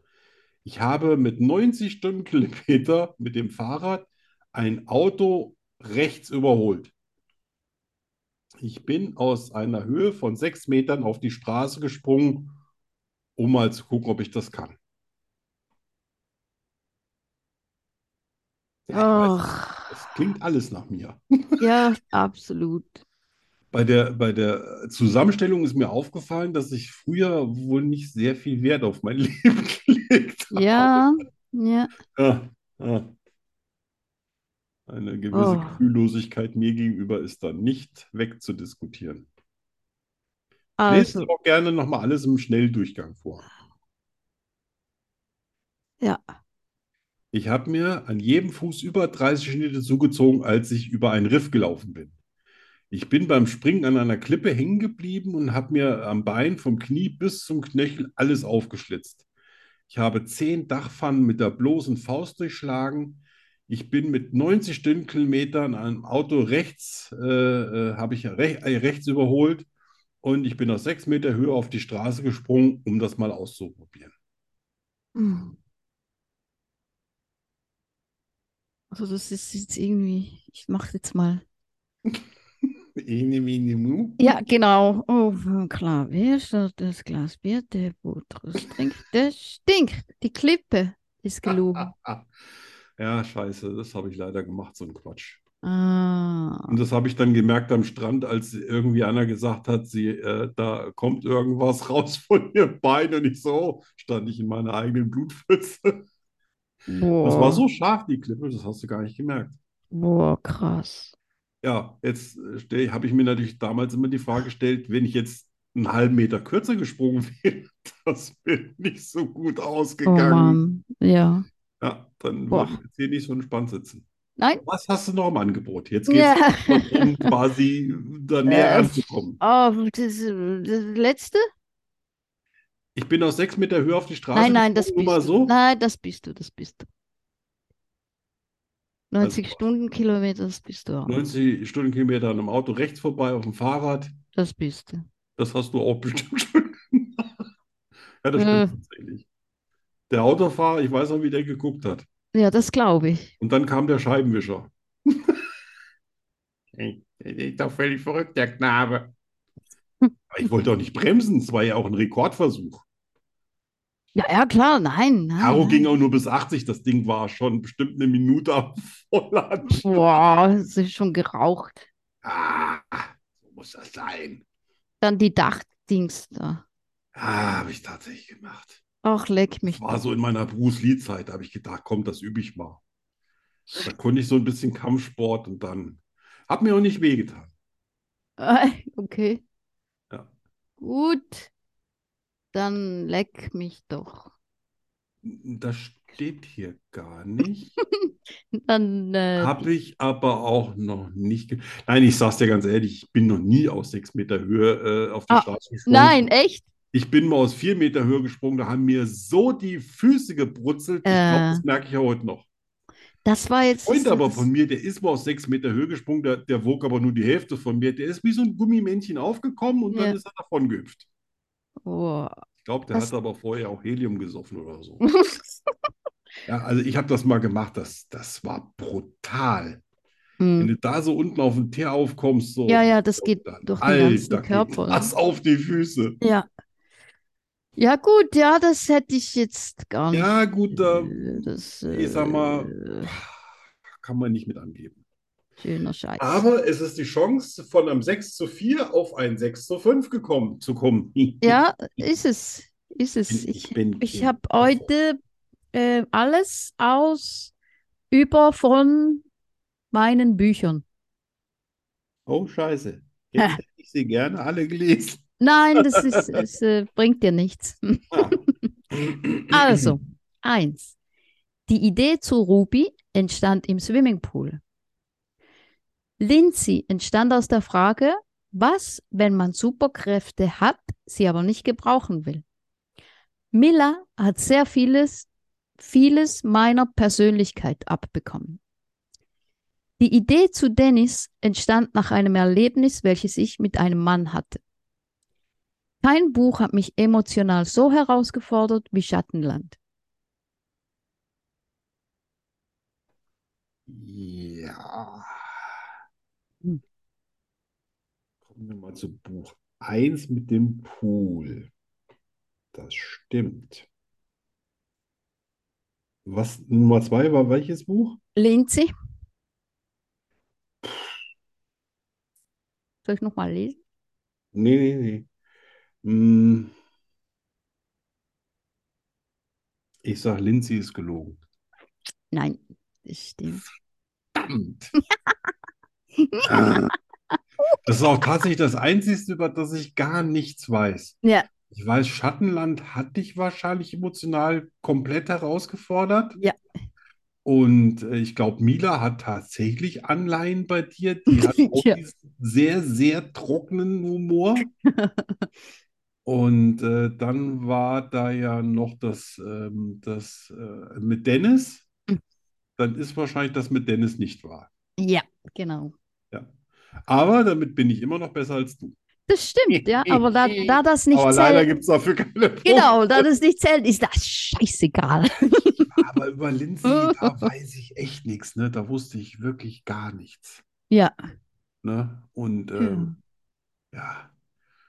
Speaker 1: Ich habe mit 90 Stundenkilometer mit dem Fahrrad ein Auto rechts überholt. Ich bin aus einer Höhe von sechs Metern auf die Straße gesprungen, um mal zu gucken, ob ich das kann. Ja, ich weiß,
Speaker 3: Ach,
Speaker 1: das klingt alles nach mir.
Speaker 3: ja, absolut.
Speaker 1: Bei der, bei der Zusammenstellung ist mir aufgefallen, dass ich früher wohl nicht sehr viel Wert auf mein Leben gelegt habe.
Speaker 3: Ja, ja.
Speaker 1: Ja, ja. Eine gewisse
Speaker 3: Oh.
Speaker 1: Gefühllosigkeit mir gegenüber ist da nicht wegzudiskutieren. Lest
Speaker 3: Also,
Speaker 1: aber auch gerne nochmal alles im Schnelldurchgang vor.
Speaker 3: ja.
Speaker 1: Ich habe mir an jedem Fuß über 30 Schnitte zugezogen, als ich über einen Riff gelaufen bin. Ich bin beim Springen an einer Klippe hängen geblieben und habe mir am Bein vom Knie bis zum Knöchel alles aufgeschlitzt. Ich habe zehn Dachpfannen mit der bloßen Faust durchschlagen. Ich bin mit 90 Stundenkilometern an einem Auto rechts, äh, äh, habe ich rech äh, rechts überholt und ich bin aus sechs Meter Höhe auf die Straße gesprungen, um das mal auszuprobieren.
Speaker 3: Hm. Also, das ist jetzt irgendwie. Ich mach jetzt mal.
Speaker 1: Ene, mene, mu.
Speaker 3: Ja, genau. Oh, klar. Wer schaut das Glas Bier? Der Butrus trinkt. Das stinkt. Die Klippe ist gelogen.
Speaker 1: Ah, ah. Ja, scheiße, das habe ich leider gemacht, so ein Quatsch.
Speaker 3: Ah.
Speaker 1: Und das habe ich dann gemerkt am Strand, als irgendwie einer gesagt hat, sie, äh, da kommt irgendwas raus von ihrem Bein. Und ich so, oh, stand ich in meiner eigenen Blutpfütze. Das war
Speaker 3: Boah.
Speaker 1: so scharf, die Klippe, das hast du gar nicht gemerkt.
Speaker 3: Boah, krass.
Speaker 1: Ja, jetzt habe ich mir natürlich damals immer die Frage gestellt, wenn ich jetzt einen halben Meter kürzer gesprungen wäre, das wäre nicht so gut
Speaker 3: Oh
Speaker 1: ausgegangen.
Speaker 3: Mann. Ja.
Speaker 1: Ja, dann
Speaker 3: Boah.
Speaker 1: würde ich jetzt hier nicht so entspannt sitzen.
Speaker 3: Nein.
Speaker 1: Was hast du noch im Angebot? Jetzt geht
Speaker 3: Ja.
Speaker 1: es darum, quasi da näher
Speaker 3: Äh.
Speaker 1: ranzukommen.
Speaker 3: Oh, das, das letzte?
Speaker 1: Ich bin aus sechs Meter Höhe auf die Straße
Speaker 3: Nein, nein, das
Speaker 1: gesprungen,
Speaker 3: bist
Speaker 1: nur mal
Speaker 3: du.
Speaker 1: so.
Speaker 3: Nein, das bist du, das bist du. 90
Speaker 1: Also-
Speaker 3: Stundenkilometer, das bist du auch.
Speaker 1: 90 Stundenkilometer an einem Auto rechts vorbei, auf dem Fahrrad.
Speaker 3: Das bist du.
Speaker 1: Das hast du auch bestimmt schon gemacht. Ja,
Speaker 3: Äh.
Speaker 1: das stimmt tatsächlich. Der Autofahrer, ich weiß noch, wie der geguckt hat.
Speaker 3: Ja, das glaube ich.
Speaker 1: Und dann kam der Scheibenwischer. Ey, Der ist doch völlig verrückt, der Knabe. Aber ich wollte auch nicht bremsen, es war ja auch ein Rekordversuch.
Speaker 3: Ja, ja, klar, nein, nein,
Speaker 1: Caro
Speaker 3: nein.
Speaker 1: ging auch nur bis 80, das Ding war schon bestimmt eine Minute am Vollladen.
Speaker 3: Boah, es ist schon geraucht.
Speaker 1: Ah, so muss das sein.
Speaker 3: Dann die Dachdings da.
Speaker 1: Ah, habe ich tatsächlich gemacht.
Speaker 3: Ach, leck mich.
Speaker 1: Das war so in meiner Bruce Lee-Zeit, da habe ich gedacht, komm, das übe ich mal. Da konnte ich so ein bisschen Kampfsport und dann hat mir auch nicht wehgetan.
Speaker 3: Äh, Okay.
Speaker 1: Ja.
Speaker 3: Gut. Dann leck mich doch.
Speaker 1: Das steht hier gar nicht.
Speaker 3: Dann, äh,
Speaker 1: Habe ich aber auch noch nicht. ge- Nein, ich sag's dir ganz ehrlich, ich bin noch nie aus sechs Meter Höhe äh, auf die
Speaker 3: Ah,
Speaker 1: Straße gesprungen.
Speaker 3: nein, echt?
Speaker 1: Ich bin mal aus vier Meter Höhe gesprungen, da haben mir so die Füße gebrutzelt. Ich glaube,
Speaker 3: Äh.
Speaker 1: das merke ich ja heute noch.
Speaker 3: Das war jetzt.
Speaker 1: Freund
Speaker 3: das-
Speaker 1: aber von mir, der ist mal auf sechs Meter Höhe gesprungen, der, der wog aber nur die Hälfte von mir. Der ist wie so ein Gummimännchen aufgekommen und
Speaker 3: Ja.
Speaker 1: dann ist er davon gehüpft.
Speaker 3: Boah.
Speaker 1: Ich glaube, der
Speaker 3: Das-
Speaker 1: hat aber vorher auch Helium gesoffen oder so. Ja, also ich habe das mal gemacht, das, das war brutal. Wenn
Speaker 3: Hm.
Speaker 1: du da so unten auf den Teer aufkommst, so,
Speaker 3: Ja, ja, das
Speaker 1: so,
Speaker 3: geht
Speaker 1: dann,
Speaker 3: durch den
Speaker 1: Alter,
Speaker 3: ganzen
Speaker 1: geht
Speaker 3: Körper. ne?
Speaker 1: das auf die Füße.
Speaker 3: Ja. Ja, gut, ja, das hätte ich jetzt gar nicht.
Speaker 1: Ja, gut, da
Speaker 3: äh, das,
Speaker 1: ich sag mal,
Speaker 3: äh,
Speaker 1: kann man nicht mit angeben.
Speaker 3: schöner Scheiß.
Speaker 1: Aber es ist die Chance von einem 6 zu 4 auf ein 6 zu 5 gekommen, zu kommen.
Speaker 3: Ja, ist es. Ist es. Ich,
Speaker 1: bin
Speaker 3: ich
Speaker 1: kein
Speaker 3: habe heute äh, alles aus über von meinen Büchern.
Speaker 1: Oh, scheiße. Jetzt hätte ich sie gerne alle gelesen.
Speaker 3: Nein, das ist, es äh, bringt dir nichts.
Speaker 1: Ah.
Speaker 3: Also, eins. Die Idee zu Ruby entstand im Swimmingpool. Lindsay entstand aus der Frage, was, wenn man Superkräfte hat, sie aber nicht gebrauchen will. Miller hat sehr vieles, vieles meiner Persönlichkeit abbekommen. Die Idee zu Dennis entstand nach einem Erlebnis, welches ich mit einem Mann hatte. Kein Buch hat mich emotional so herausgefordert wie Schattenland.
Speaker 1: Ja.
Speaker 3: Hm.
Speaker 1: Kommen wir mal zu Buch 1 mit dem Pool. Das stimmt. Was, Nummer 2 war welches Buch?
Speaker 3: Lindsay? Soll ich nochmal lesen?
Speaker 1: Nee, nee, nee. Hm. Ich sag, Lindsay ist gelogen.
Speaker 3: Nein, das stimmt.
Speaker 1: Verdammt. Ah. Das ist auch tatsächlich das Einzige, über das ich gar nichts weiß.
Speaker 3: Ja.
Speaker 1: Ich weiß, Schattenland hat dich wahrscheinlich emotional komplett herausgefordert.
Speaker 3: Ja.
Speaker 1: Und äh, ich glaube, Mila hat tatsächlich Anleihen bei dir. Die hat auch
Speaker 3: Ja.
Speaker 1: diesen sehr, sehr trockenen Humor. Und äh, dann war da ja noch das, ähm, das äh, mit Dennis.
Speaker 3: Mhm.
Speaker 1: Dann ist wahrscheinlich das mit Dennis nicht wahr.
Speaker 3: Ja, genau.
Speaker 1: Ja. Aber damit bin ich immer noch besser als du.
Speaker 3: Das stimmt, ja, aber da, da das nicht
Speaker 1: Aber leider
Speaker 3: zählt,
Speaker 1: gibt es dafür keine Punkte.
Speaker 2: Oh.
Speaker 3: genau, da das nicht zählt, ist das scheißegal.
Speaker 1: Aber über Lindsay, da weiß ich echt nichts. Ne? Da wusste ich wirklich gar nichts.
Speaker 3: Ja. Hm.
Speaker 1: Ne? Und ähm, ja.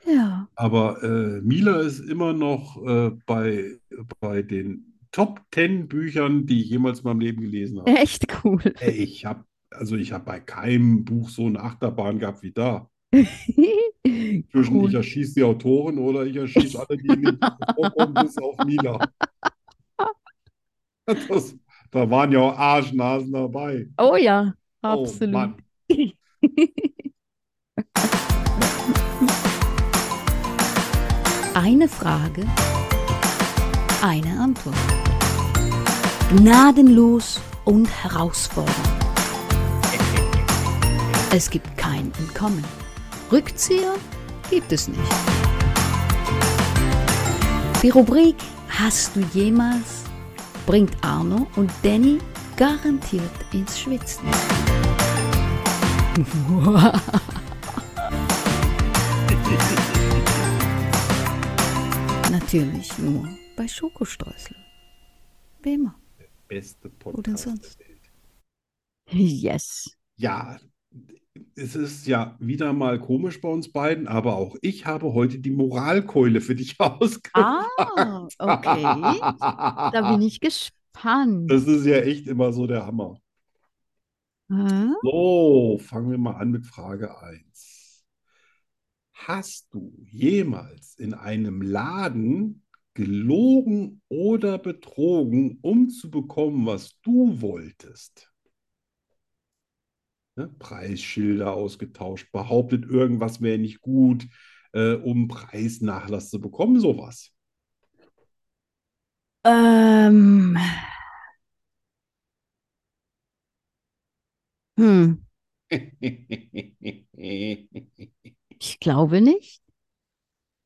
Speaker 3: Ja,
Speaker 1: Aber äh, Mila ist immer noch äh, bei, bei den Top 10 Büchern, die ich jemals in meinem Leben gelesen habe.
Speaker 3: echt cool.
Speaker 1: Ey, ich habe also ich habe bei keinem Buch so eine Achterbahn gehabt wie da. Zwischen ich
Speaker 3: Cool.
Speaker 1: erschieße die Autoren oder ich erschieße alle, die in dem Buch vorkommen, bis auf Nina. Das, da waren ja auch Arschnasen dabei.
Speaker 3: Oh ja,
Speaker 1: Oh
Speaker 3: absolut.
Speaker 1: Mann.
Speaker 2: Eine Frage, eine Antwort. Gnadenlos und herausfordernd. Es gibt kein Entkommen. Rückzieher gibt es nicht. Die Rubrik Hast du jemals bringt Arno und Danny garantiert ins Schwitzen. Natürlich nur bei Schokostreusel. Wie immer.
Speaker 1: Beste
Speaker 2: Oder
Speaker 1: Podcast
Speaker 2: sonst.
Speaker 1: der Welt.
Speaker 3: Yes.
Speaker 1: Ja, es ist ja wieder mal komisch bei uns beiden, aber auch ich habe heute die Moralkeule für dich ausgepackt.
Speaker 3: Ah, okay. Da bin ich gespannt.
Speaker 1: Das ist ja echt immer so der Hammer. Äh.
Speaker 3: Hä?
Speaker 1: So, fangen wir mal an mit Frage 1. Hast du jemals in einem Laden gelogen oder betrogen, um zu bekommen, was du wolltest? Ne? Preisschilder ausgetauscht, behauptet, irgendwas wäre nicht gut, äh, um Preisnachlass zu bekommen, sowas.
Speaker 3: Ähm. Hm, ich glaube nicht.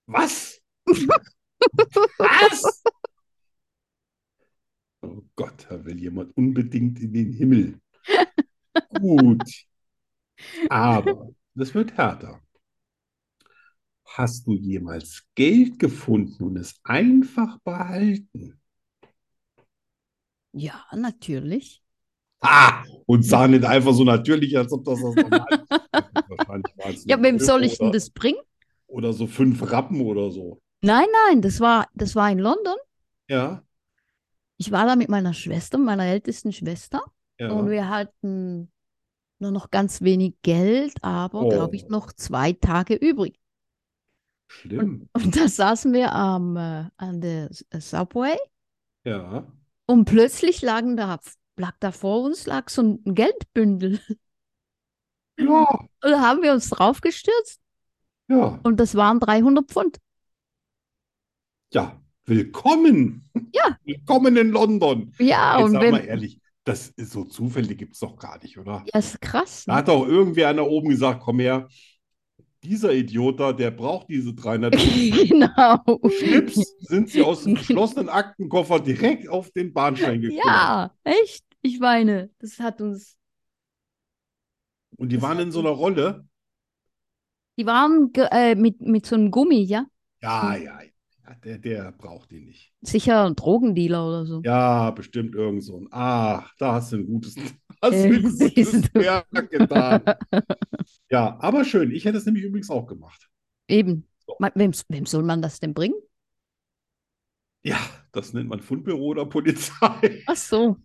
Speaker 1: Was? Was? Oh Gott, da will jemand unbedingt in den Himmel. Gut. Aber das wird härter. Hast du jemals Geld gefunden und es einfach behalten?
Speaker 3: Ja, natürlich.
Speaker 1: Ah, und sah nicht einfach so natürlich, als ob das das normal Wahrscheinlich war es
Speaker 3: Ja,
Speaker 1: nur
Speaker 3: wem soll
Speaker 1: Euro
Speaker 3: ich denn
Speaker 1: oder,
Speaker 3: das bringen?
Speaker 1: oder so fünf Rappen oder so.
Speaker 3: Nein, nein, das war, das war in London.
Speaker 1: Ja,
Speaker 3: Ich war da mit meiner Schwester, meiner ältesten Schwester,
Speaker 1: ja.
Speaker 3: und wir hatten nur noch ganz wenig Geld, aber glaube ich
Speaker 1: Oh.
Speaker 3: noch zwei Tage übrig.
Speaker 1: Schlimm.
Speaker 3: Und da saßen wir am, äh, an der S- Subway
Speaker 1: Ja.
Speaker 3: und plötzlich lagen da, lag da vor uns lag so ein Geldbündel.
Speaker 1: Ja,
Speaker 3: Und da haben wir uns draufgestürzt
Speaker 1: ja,
Speaker 3: und das waren 300 Pfund.
Speaker 1: ja. Willkommen.
Speaker 3: Ja.
Speaker 1: Willkommen in London.
Speaker 3: Ja,
Speaker 1: Jetzt
Speaker 3: und
Speaker 1: sag
Speaker 3: wenn,
Speaker 1: mal ehrlich, das ist so Zufälle gibt es doch gar nicht, oder?
Speaker 3: ja, ist krass.
Speaker 1: Da
Speaker 3: Ne?
Speaker 1: hat doch irgendwer einer oben gesagt, komm her, dieser Idiot da, der braucht diese 300
Speaker 3: genau.
Speaker 1: Schnips, sind sie aus dem geschlossenen Aktenkoffer direkt auf den Bahnstein gekommen.
Speaker 3: Ja, echt. Ich meine, das hat uns,
Speaker 1: Und die
Speaker 3: Das
Speaker 1: waren
Speaker 3: hat
Speaker 1: in so einer Rolle.
Speaker 3: die waren ge- äh, mit, mit so einem Gummi, ja.
Speaker 1: Ja, ja, ja, der, der braucht die nicht.
Speaker 3: Sicher ein Drogendealer oder so.
Speaker 1: Ja, bestimmt irgend so ein. Ach, da hast du ein gutes, hast du ein
Speaker 3: Äh, siehst
Speaker 1: gutes
Speaker 3: du.
Speaker 1: Werk getan. Ja, aber schön. Ich hätte es nämlich übrigens auch gemacht.
Speaker 3: Eben. Ma- Wem, wem soll man das denn bringen?
Speaker 1: Ja, das nennt man Fundbüro oder Polizei.
Speaker 3: Ach so.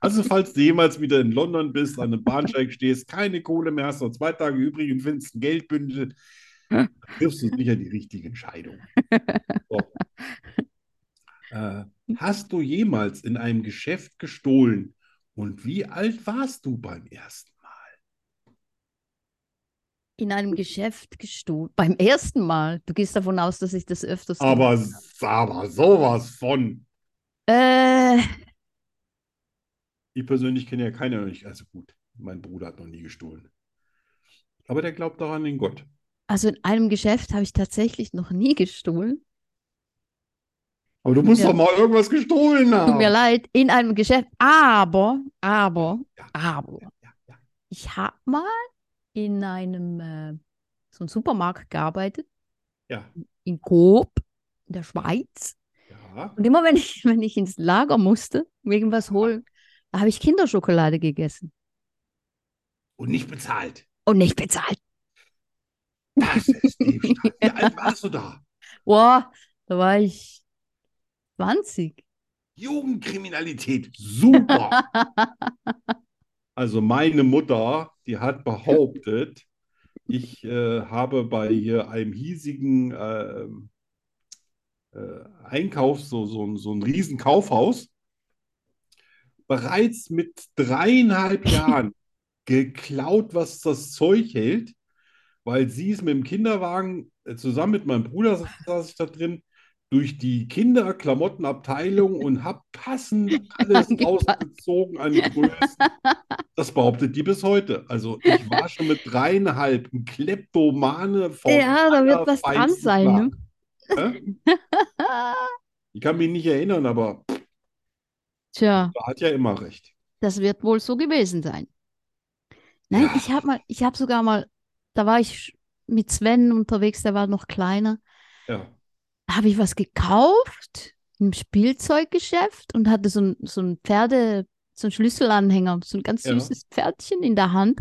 Speaker 1: Also, falls du jemals wieder in London bist, an einem Bahnsteig stehst, keine Kohle mehr hast, noch zwei Tage übrig und findest ein Geldbündel, dann triffst du sicher die richtige Entscheidung. So. Äh, hast du jemals in einem Geschäft gestohlen und wie alt warst du beim ersten Mal?
Speaker 3: In einem Geschäft gestohlen. Beim ersten Mal. Du gehst davon aus, dass ich das öfters
Speaker 1: Aber,
Speaker 3: gemacht habe.
Speaker 1: aber sowas von.
Speaker 3: Äh,
Speaker 1: Ich persönlich kenne ja keiner, nicht. Also gut, mein Bruder hat noch nie gestohlen. Aber der glaubt daran in Gott.
Speaker 3: also in einem Geschäft habe ich tatsächlich noch nie gestohlen.
Speaker 1: Aber du musst
Speaker 3: Ja.
Speaker 1: doch mal irgendwas gestohlen
Speaker 3: Tut mir
Speaker 1: haben.
Speaker 3: leid, in einem Geschäft. Aber, aber,
Speaker 1: Ja,
Speaker 3: aber,
Speaker 1: ja, ja.
Speaker 3: ich habe mal in einem äh, so einem Supermarkt gearbeitet,
Speaker 1: Ja,
Speaker 3: in Coop, in der Schweiz.
Speaker 1: ja.
Speaker 3: Und immer wenn ich, wenn ich ins Lager musste, um irgendwas holen, da habe ich Kinderschokolade gegessen
Speaker 1: Und nicht bezahlt.
Speaker 3: und nicht bezahlt.
Speaker 1: Das ist Diebstahl. Wie alt warst du da?
Speaker 3: Boah, da war ich 20.
Speaker 1: Jugendkriminalität. Super. Also meine Mutter, die hat behauptet, ich äh, habe bei hier einem hiesigen äh, äh, Einkauf, so, so, ein- so ein riesen Kaufhaus, bereits mit dreieinhalb Jahren geklaut, was das Zeug hält, weil sie ist mit dem Kinderwagen, äh, zusammen mit meinem Bruder sa- saß ich da drin, durch die Kinderklamottenabteilung und hab passend alles
Speaker 3: Angepasst.
Speaker 1: ausgezogen an Größen. Das behauptet die bis heute. Also ich war schon mit dreieinhalb ein Kleptomane vom
Speaker 3: Ja, da wird was dran
Speaker 1: allerfeinsten
Speaker 3: sein, ne?
Speaker 1: Schlag. Hä? Ich kann mich nicht erinnern, aber
Speaker 3: Tja,
Speaker 1: er hat ja immer recht.
Speaker 3: das wird wohl so gewesen sein. Nein,
Speaker 1: Ja.
Speaker 3: ich habe mal, ich habe sogar mal, da war ich mit Sven unterwegs, der war noch kleiner.
Speaker 1: Ja.
Speaker 3: habe ich was gekauft im Spielzeuggeschäft und hatte so ein, so ein Pferde, so ein Schlüsselanhänger, so ein ganz
Speaker 1: Ja.
Speaker 3: süßes Pferdchen in der Hand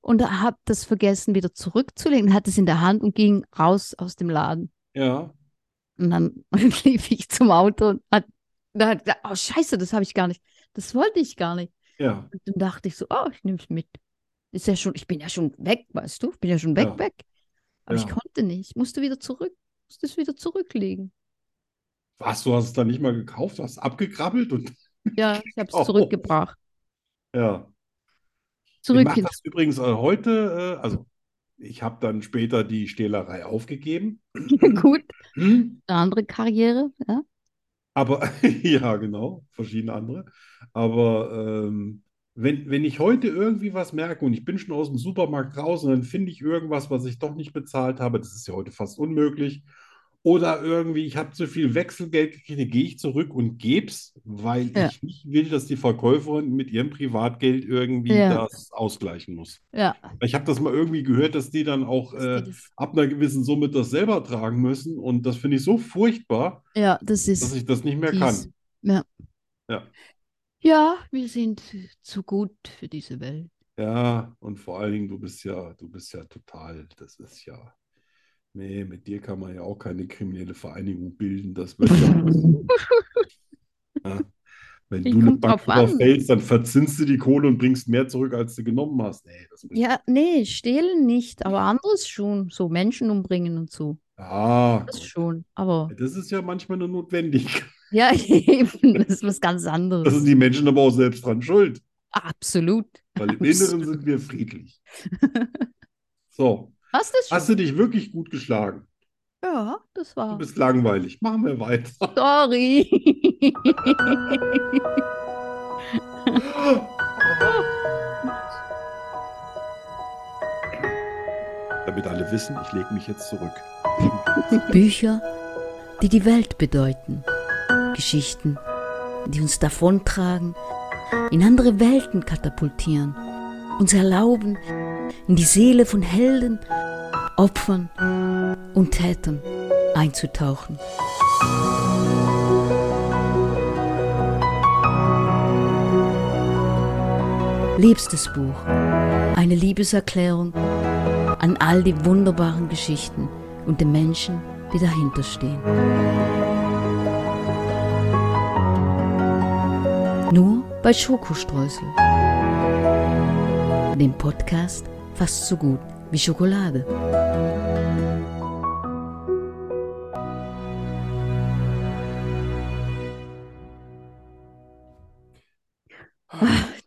Speaker 3: und habe das vergessen wieder zurückzulegen, hatte es in der Hand und ging raus aus dem Laden.
Speaker 1: Ja.
Speaker 3: Und dann lief ich zum Auto und hat, da hat gesagt, oh scheiße, das habe ich gar nicht, das wollte ich gar nicht.
Speaker 1: Ja.
Speaker 3: Und dann dachte ich so, oh, ich nehme es mit. Ist ja schon, ich bin ja schon weg, weißt du, ich bin ja schon weg,
Speaker 1: Ja.
Speaker 3: weg. Aber ich
Speaker 1: Ja.
Speaker 3: konnte nicht, ich musste wieder zurück, musste es wieder zurücklegen.
Speaker 1: Was, du hast es dann nicht mal gekauft, hast abgekrabbelt und
Speaker 3: Ja, ich habe es
Speaker 1: Auf.
Speaker 3: zurückgebracht.
Speaker 1: ja. Ich
Speaker 3: Zurück
Speaker 1: mache
Speaker 3: hin.
Speaker 1: das übrigens äh, heute, äh, also ich habe dann später die Stählerei aufgegeben.
Speaker 3: Gut,
Speaker 1: Hm.
Speaker 3: eine andere Karriere. Ja.
Speaker 1: Aber ja, genau, verschiedene andere. Aber ähm, wenn, wenn ich heute irgendwie was merke und ich bin schon aus dem Supermarkt raus und dann finde ich irgendwas, was ich doch nicht bezahlt habe, das ist ja heute fast unmöglich. Oder irgendwie, ich habe zu viel Wechselgeld gekriegt, dann gehe ich zurück und geb's, weil
Speaker 3: Ja.
Speaker 1: ich nicht will, dass die Verkäuferin mit ihrem Privatgeld irgendwie
Speaker 3: Ja.
Speaker 1: das ausgleichen muss.
Speaker 3: Ja.
Speaker 1: Ich habe das mal irgendwie gehört, dass die dann auch
Speaker 3: Das
Speaker 1: äh,
Speaker 3: geht es.
Speaker 1: ab einer gewissen Summe das selber tragen müssen. Und das finde ich so furchtbar,
Speaker 3: ja, das
Speaker 1: dass
Speaker 3: ist.
Speaker 1: ich das nicht mehr
Speaker 3: Dies.
Speaker 1: kann.
Speaker 3: Ja, wir sind zu gut für diese Welt.
Speaker 1: Ja, und vor allen Dingen, du bist ja, du bist ja total, das ist ja, nee, mit dir kann man ja auch keine kriminelle Vereinigung bilden, das wird ja, ja, wenn
Speaker 3: Ich
Speaker 1: du eine
Speaker 3: kommt
Speaker 1: Bank
Speaker 3: drauf an.
Speaker 1: überfällst, dann verzinst du die Kohle und bringst mehr zurück, als du genommen hast. Nee, das wird,
Speaker 3: Ja, nee, stehlen nicht, aber anderes schon. So Menschen umbringen und so.
Speaker 1: ah,
Speaker 3: Das
Speaker 1: gut.
Speaker 3: schon. Aber
Speaker 1: Das ist ja manchmal eine Notwendigkeit.
Speaker 3: ja, eben, das ist was ganz
Speaker 1: Da
Speaker 3: anderes.
Speaker 1: sind die Menschen aber auch selbst dran schuld,
Speaker 3: Absolut.
Speaker 1: weil im Inneren sind wir friedlich. So,
Speaker 3: Hast du es schon?
Speaker 1: hast du dich wirklich gut geschlagen?
Speaker 3: ja, das
Speaker 1: Du
Speaker 3: war.
Speaker 1: bist langweilig. Machen wir weiter.
Speaker 3: Sorry.
Speaker 1: Damit alle wissen, ich lege mich jetzt zurück.
Speaker 2: Bücher, die die Welt bedeuten. Geschichten, die uns davontragen, in andere Welten katapultieren, uns erlauben, in die Seele von Helden, Opfern und Tätern einzutauchen. Liebstes Buch. Eine Liebeserklärung an all die wunderbaren Geschichten und den Menschen, die dahinter stehen. Nur bei Schokostreusel. Dem Podcast fast so gut wie Schokolade.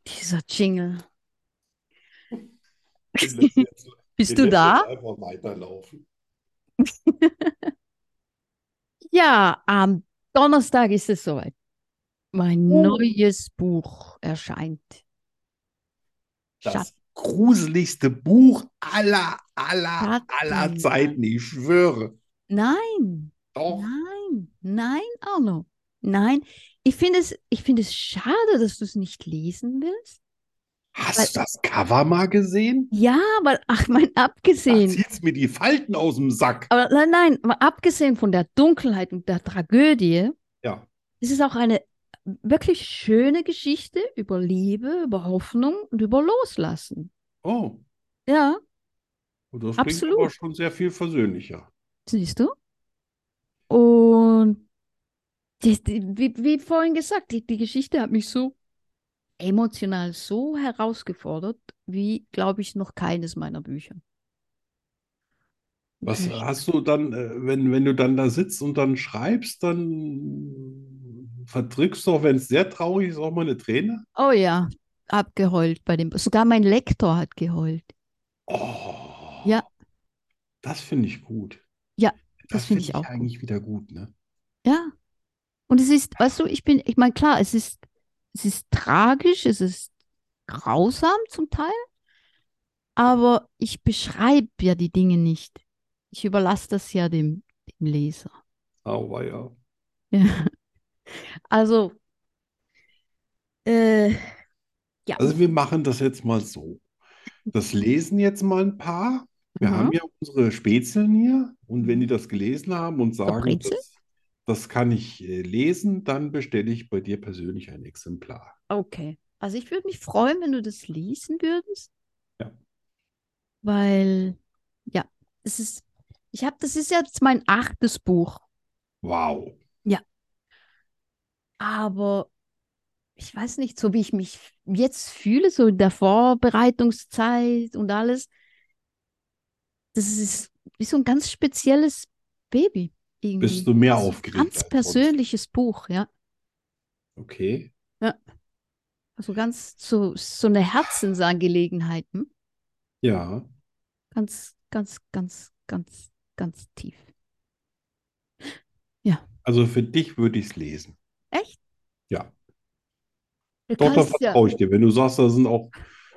Speaker 3: Dieser Jingle.
Speaker 1: Den lässt jetzt-
Speaker 3: Bist
Speaker 1: den
Speaker 3: du
Speaker 1: lässt
Speaker 3: da?
Speaker 1: jetzt Einfach weiterlaufen.
Speaker 3: Ja, am Donnerstag ist es soweit. Mein
Speaker 1: Oh.
Speaker 3: neues Buch erscheint.
Speaker 1: Das gruseligste Buch aller, aller,
Speaker 3: Schattenland.
Speaker 1: aller Zeiten. Ich schwöre.
Speaker 3: Nein,
Speaker 1: Doch.
Speaker 3: nein, nein, Arno. Nein, ich finde es, ich finde es schade, dass du es nicht lesen willst.
Speaker 1: Hast du das Cover mal gesehen?
Speaker 3: Ja, weil, ach, mein,
Speaker 1: Da
Speaker 3: abgesehen,
Speaker 1: zieht's mir die Falten aus dem Sack.
Speaker 3: aber nein, nein, mal abgesehen von der Dunkelheit und der Tragödie,
Speaker 1: Ja.
Speaker 3: ist es auch eine wirklich schöne Geschichte über Liebe, über Hoffnung und über Loslassen.
Speaker 1: Oh,
Speaker 3: Ja,
Speaker 1: das klingt
Speaker 3: Absolut.
Speaker 1: aber schon sehr viel versöhnlicher.
Speaker 3: Siehst du? Und die, die, wie, wie vorhin gesagt, die, die Geschichte hat mich so emotional so herausgefordert, wie, glaube ich, noch keines meiner Bücher.
Speaker 1: Was
Speaker 3: Echt.
Speaker 1: hast du dann, äh, wenn, wenn du dann da sitzt und dann schreibst, dann verdrückst du auch, wenn es sehr traurig ist, auch mal eine Träne?
Speaker 3: Oh ja, abgeheult bei dem. Sogar mein Lektor hat geheult.
Speaker 1: Oh,
Speaker 3: Ja.
Speaker 1: das finde ich gut.
Speaker 3: Ja, finde
Speaker 1: das finde
Speaker 3: ich
Speaker 1: ich
Speaker 3: auch gut.
Speaker 1: eigentlich wieder gut, ne?
Speaker 3: Ja. Und es ist, weißt du, ich bin, ich meine, klar, es ist, es ist tragisch, es ist grausam zum Teil, aber ich beschreibe ja die Dinge nicht. Ich überlasse das ja dem, dem Leser.
Speaker 1: Aber ja.
Speaker 3: Ja. Also, äh, ja.
Speaker 1: Also wir machen das jetzt mal so. Das lesen jetzt mal ein paar. Wir
Speaker 3: Mhm.
Speaker 1: haben ja unsere Spezeln hier und wenn die das gelesen haben und sagen,
Speaker 3: Brezel?
Speaker 1: das, das kann ich äh, lesen, dann bestelle ich bei dir persönlich ein Exemplar.
Speaker 3: Okay. Also ich würde mich freuen, wenn du das lesen würdest.
Speaker 1: Ja.
Speaker 3: Weil, ja, es ist, ich habe, das ist jetzt mein achtes Buch,
Speaker 1: Wow.
Speaker 3: aber ich weiß nicht, so wie ich mich jetzt fühle, so in der Vorbereitungszeit und alles, das ist wie so ein ganz spezielles Baby irgendwie.
Speaker 1: Bist du mehr
Speaker 3: So ein
Speaker 1: aufgeregt
Speaker 3: Mhm. Also Ganz
Speaker 1: als sonst?
Speaker 3: persönliches Buch, ja.
Speaker 1: Okay.
Speaker 3: Also ganz so, so eine Herzensangelegenheit, hm?
Speaker 1: Ja.
Speaker 3: Ganz, ganz, ganz, ganz, ganz tief.
Speaker 1: Also für dich würde ich es lesen.
Speaker 3: Echt?
Speaker 1: Ja.
Speaker 3: Du
Speaker 1: Doch, da
Speaker 3: kannst ja
Speaker 1: vertraue ich dir. Wenn du sagst, da sind auch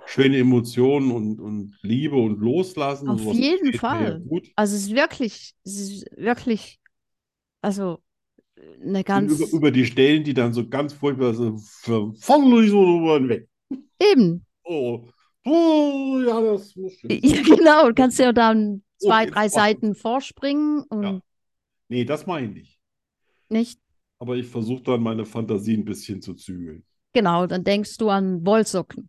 Speaker 1: schöne Emotionen und, und Liebe und Loslassen und
Speaker 3: Auf
Speaker 1: sowas,
Speaker 3: jeden
Speaker 1: gefällt mir ja
Speaker 3: Fall.
Speaker 1: gut.
Speaker 3: Also es ist wirklich, es ist wirklich, also eine
Speaker 1: Und
Speaker 3: ganz,
Speaker 1: über, über die Stellen, die dann so ganz furchtbar sind, verfolge so drüber hinweg.
Speaker 3: eben,
Speaker 1: Oh. oh, ja, das muss schön.
Speaker 3: ja, genau, du kannst ja dann zwei,
Speaker 1: jetzt
Speaker 3: drei
Speaker 1: machen.
Speaker 3: Seiten vorspringen und
Speaker 1: Ja. Nee, das meine ich nicht.
Speaker 3: nicht,
Speaker 1: Aber ich versuche dann meine Fantasie ein bisschen zu zügeln.
Speaker 3: genau, dann denkst du an Wollsocken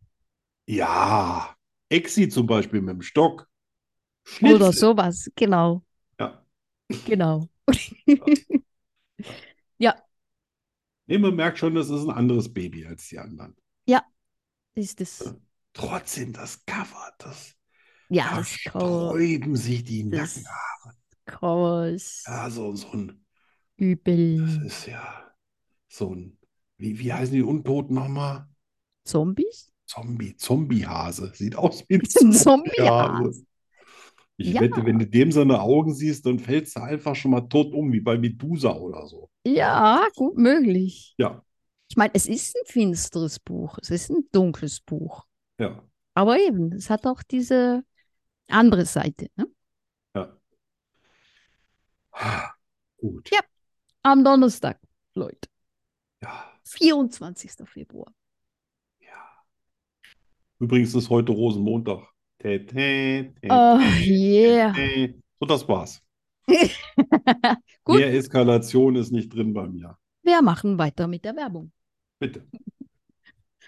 Speaker 1: Ja, Exi zum Beispiel mit dem Stock.
Speaker 3: oder
Speaker 1: Schnitzel.
Speaker 3: sowas, genau,
Speaker 1: Ja.
Speaker 3: genau.
Speaker 1: Nee, man merkt schon, das ist ein anderes Baby als die anderen.
Speaker 3: Ist es,
Speaker 1: Trotzdem, das Cover, das,
Speaker 3: ja,
Speaker 1: da
Speaker 3: das ist cool.
Speaker 1: sträuben sich die
Speaker 3: Das
Speaker 1: Nacken.
Speaker 3: ist cool, ist
Speaker 1: Ja, so, so ein, das
Speaker 3: übel.
Speaker 1: ist ja so ein, wie, wie heißen die Untoten nochmal?
Speaker 3: Zombies?
Speaker 1: Zombie, Zombiehase. Sieht aus wie ein
Speaker 3: Ein
Speaker 1: Zombiehase.
Speaker 3: Zombiehase.
Speaker 1: Ich
Speaker 3: Ja.
Speaker 1: wette, wenn du dem seine Augen siehst, dann fällst du einfach schon mal tot um, wie bei Medusa oder so.
Speaker 3: Ja, gut möglich.
Speaker 1: Ja,
Speaker 3: Ich meine, es ist ein finsteres Buch, es ist ein dunkles Buch.
Speaker 1: ja,
Speaker 3: Aber eben, es hat auch diese andere Seite. Ne?
Speaker 1: ja. Ah, Gut.
Speaker 3: Ja. Am Donnerstag, Leute,
Speaker 1: Ja,
Speaker 3: 24. Februar.
Speaker 1: ja. Übrigens ist heute Rosenmontag. Tä, tä, tä,
Speaker 3: Oh
Speaker 1: tä,
Speaker 3: yeah.
Speaker 1: tä. So, das war's.
Speaker 3: Gut.
Speaker 1: Mehr Eskalation ist nicht drin bei mir.
Speaker 3: Wir machen weiter mit der Werbung.
Speaker 1: Bitte.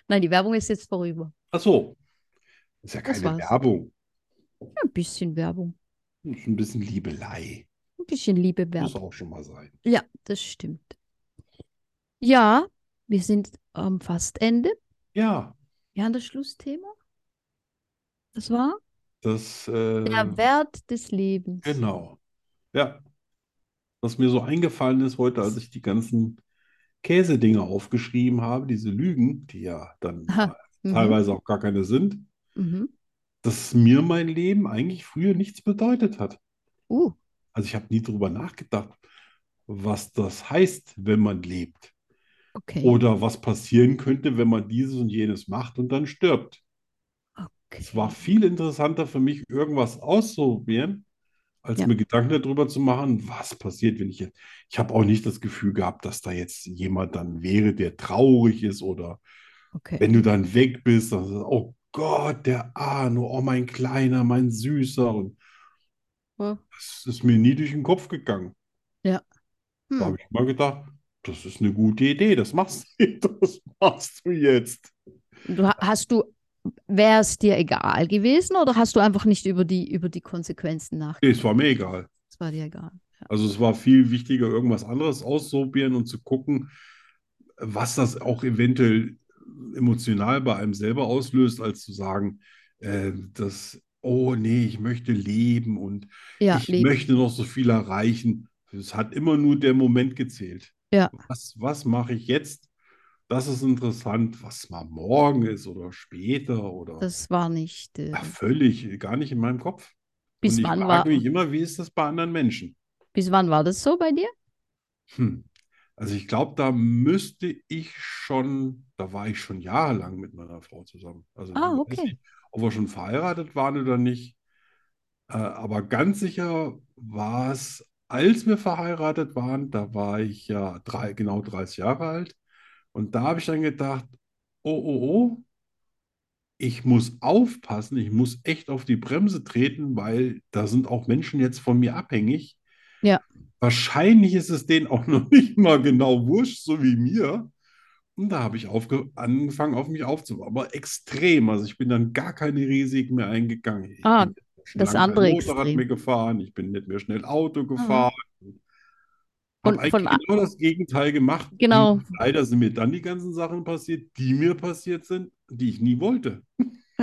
Speaker 3: Nein, die Werbung ist jetzt vorüber.
Speaker 1: Ach so. Ist ja
Speaker 3: Das
Speaker 1: keine
Speaker 3: war's.
Speaker 1: Werbung.
Speaker 3: Ein bisschen Werbung,
Speaker 1: Ist ein bisschen Liebelei.
Speaker 3: ein bisschen liebe
Speaker 1: Muss
Speaker 3: Werbung.
Speaker 1: auch schon mal sein.
Speaker 3: Ja, das stimmt. Ja, wir sind am Fastende.
Speaker 1: Ja,
Speaker 3: Wir haben das Schlussthema. Das war
Speaker 1: das,
Speaker 3: der
Speaker 1: äh,
Speaker 3: Wert des Lebens.
Speaker 1: genau. Ja. Was mir so eingefallen ist heute, als ich die ganzen Käsedinger aufgeschrieben habe, diese Lügen, die ja dann
Speaker 3: Aha, Mhm,
Speaker 1: teilweise auch gar keine sind,
Speaker 3: Mhm.
Speaker 1: dass mir mein Leben eigentlich früher nichts bedeutet hat.
Speaker 3: Uh,
Speaker 1: Also ich habe nie drüber nachgedacht, was das heißt, wenn man lebt.
Speaker 3: okay.
Speaker 1: Oder was passieren könnte, wenn man dieses und jenes macht und dann stirbt. Es war
Speaker 3: Okay.
Speaker 1: viel interessanter für mich, irgendwas auszuprobieren, als
Speaker 3: Ja.
Speaker 1: mir Gedanken darüber zu machen, was passiert, wenn ich jetzt. Ich habe auch nicht das Gefühl gehabt, dass da jetzt jemand dann wäre, der traurig ist oder
Speaker 3: Okay.
Speaker 1: wenn du dann weg bist, dann ist es, oh Gott, der Arno, oh mein Kleiner, mein Süßer. Und
Speaker 3: Ja.
Speaker 1: das ist mir nie durch den Kopf gegangen. Da
Speaker 3: Hm.
Speaker 1: habe ich mal gedacht, das ist eine gute Idee, das machst du, das machst du jetzt.
Speaker 3: Du, ha- hast du, wäre es dir egal gewesen oder hast du einfach nicht über die, über die Konsequenzen
Speaker 1: Nee,
Speaker 3: nachgedacht?
Speaker 1: es war mir egal.
Speaker 3: Es war dir egal.
Speaker 1: Also es war viel wichtiger, irgendwas anderes auszuprobieren und zu gucken, was das auch eventuell emotional bei einem selber auslöst, als zu sagen, äh, dass, oh nee, ich möchte leben und
Speaker 3: Ja,
Speaker 1: ich
Speaker 3: leben.
Speaker 1: möchte noch so viel erreichen. Es hat immer nur der Moment gezählt.
Speaker 3: Ja.
Speaker 1: Was, was mache ich jetzt? Das ist interessant, was mal morgen ist oder später oder
Speaker 3: Das war nicht. Äh,
Speaker 1: ja, völlig, gar nicht in meinem Kopf.
Speaker 3: bis
Speaker 1: Und ich
Speaker 3: wann
Speaker 1: frage
Speaker 3: war,
Speaker 1: mich immer, wie ist das bei anderen Menschen?
Speaker 3: bis wann war das so bei dir?
Speaker 1: Hm. Also ich glaube, da müsste ich schon, da war ich schon jahrelang mit meiner Frau zusammen. Also
Speaker 3: Ah,
Speaker 1: ich weiß
Speaker 3: okay.
Speaker 1: nicht, ob wir schon verheiratet waren oder nicht. Äh, aber ganz sicher war es, als wir verheiratet waren, da war ich ja drei, genau 30 Jahre alt. Und da habe ich dann gedacht, oh, oh, oh, ich muss aufpassen, ich muss echt auf die Bremse treten, weil da sind auch Menschen jetzt von mir abhängig.
Speaker 3: Ja.
Speaker 1: Wahrscheinlich ist es denen auch noch nicht mal genau wurscht, so wie mir. Und da habe ich aufge angefangen, auf mich aufzubauen. Aber extrem. Also ich bin dann gar keine Risiken mehr eingegangen. Ich
Speaker 3: Ah,
Speaker 1: bin schon
Speaker 3: das
Speaker 1: lange
Speaker 3: andere
Speaker 1: kein Motorrad
Speaker 3: Extrem.
Speaker 1: mehr gefahren, ich bin nicht mehr schnell Auto gefahren.
Speaker 3: Von-
Speaker 1: Habe eigentlich
Speaker 3: von a-
Speaker 1: genau das Gegenteil gemacht.
Speaker 3: Genau.
Speaker 1: Und leider sind mir dann die ganzen Sachen passiert, die mir passiert sind, die ich nie wollte.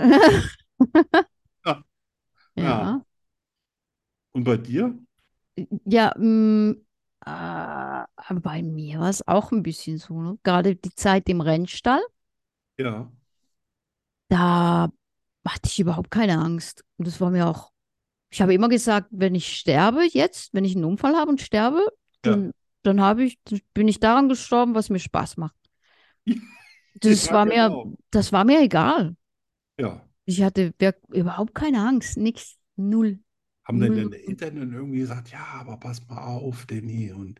Speaker 3: Ja.
Speaker 1: Ja. Und bei dir?
Speaker 3: Ja, ähm, äh, bei mir war es auch ein bisschen so. Ne? Gerade die Zeit im Rennstall,
Speaker 1: Ja.
Speaker 3: da hatte ich überhaupt keine Angst. Und das war mir auch. Ich habe immer gesagt, wenn ich sterbe jetzt, wenn ich einen Unfall habe und sterbe, dann, dann habe ich, dann bin ich daran gestorben, was mir Spaß macht. Das
Speaker 1: Ja,
Speaker 3: war mir,
Speaker 1: genau.
Speaker 3: das war mir egal.
Speaker 1: Ja.
Speaker 3: Ich hatte wirk- überhaupt keine Angst, nix, null.
Speaker 1: Haben denn
Speaker 3: Null.
Speaker 1: deine Eltern dann irgendwie gesagt, ja, aber pass mal auf, Danny, und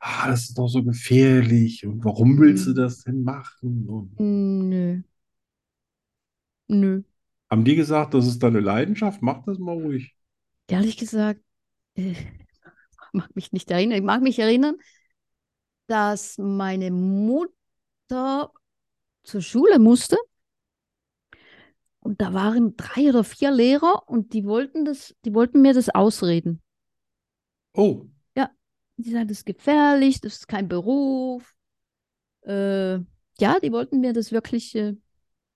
Speaker 1: ah, das ist doch so gefährlich und warum willst du
Speaker 3: Mhm.
Speaker 1: das denn machen? Und
Speaker 3: Nö. Nö.
Speaker 1: haben die gesagt, das ist deine Leidenschaft, mach das mal ruhig.
Speaker 3: Ehrlich gesagt, äh, mag mich nicht erinnern. Ich mag mich erinnern, dass meine Mutter zur Schule musste. Und da waren drei oder vier Lehrer und die wollten das, die wollten mir das ausreden.
Speaker 1: Oh,
Speaker 3: Die sagen, das ist gefährlich, das ist kein Beruf. Äh, ja, die wollten mir das wirklich äh,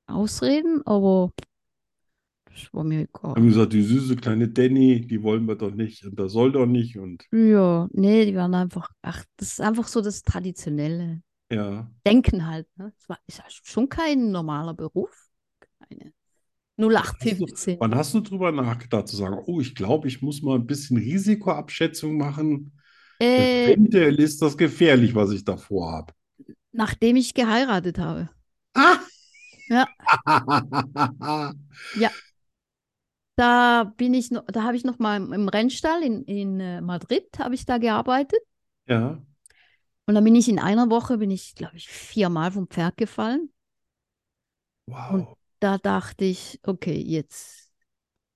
Speaker 3: ausreden, aber das war mir egal.
Speaker 1: haben gesagt, die süße kleine Danny, die wollen wir doch nicht und das soll doch nicht und
Speaker 3: Ja, nee, die waren einfach, ach, das ist einfach so das traditionelle
Speaker 1: ja,
Speaker 3: Denken halt. Ne? Das war, ist ja schon kein normaler Beruf. Keine
Speaker 1: Hast du-
Speaker 3: 0815.
Speaker 1: Wann hast du drüber nachgedacht, zu sagen, oh, ich glaube, ich muss mal ein bisschen Risikoabschätzung machen?
Speaker 3: Äh,
Speaker 1: Eventuell ist das gefährlich, was ich da vorhabe.
Speaker 3: nachdem ich geheiratet habe.
Speaker 1: Ah!
Speaker 3: Da bin ich noch, da habe ich noch mal im, im Rennstall in, in äh, Madrid habe ich da gearbeitet.
Speaker 1: Ja,
Speaker 3: Und dann bin ich in einer Woche, bin ich, glaube ich, viermal vom Pferd gefallen.
Speaker 1: wow.
Speaker 3: Da dachte ich, okay, jetzt,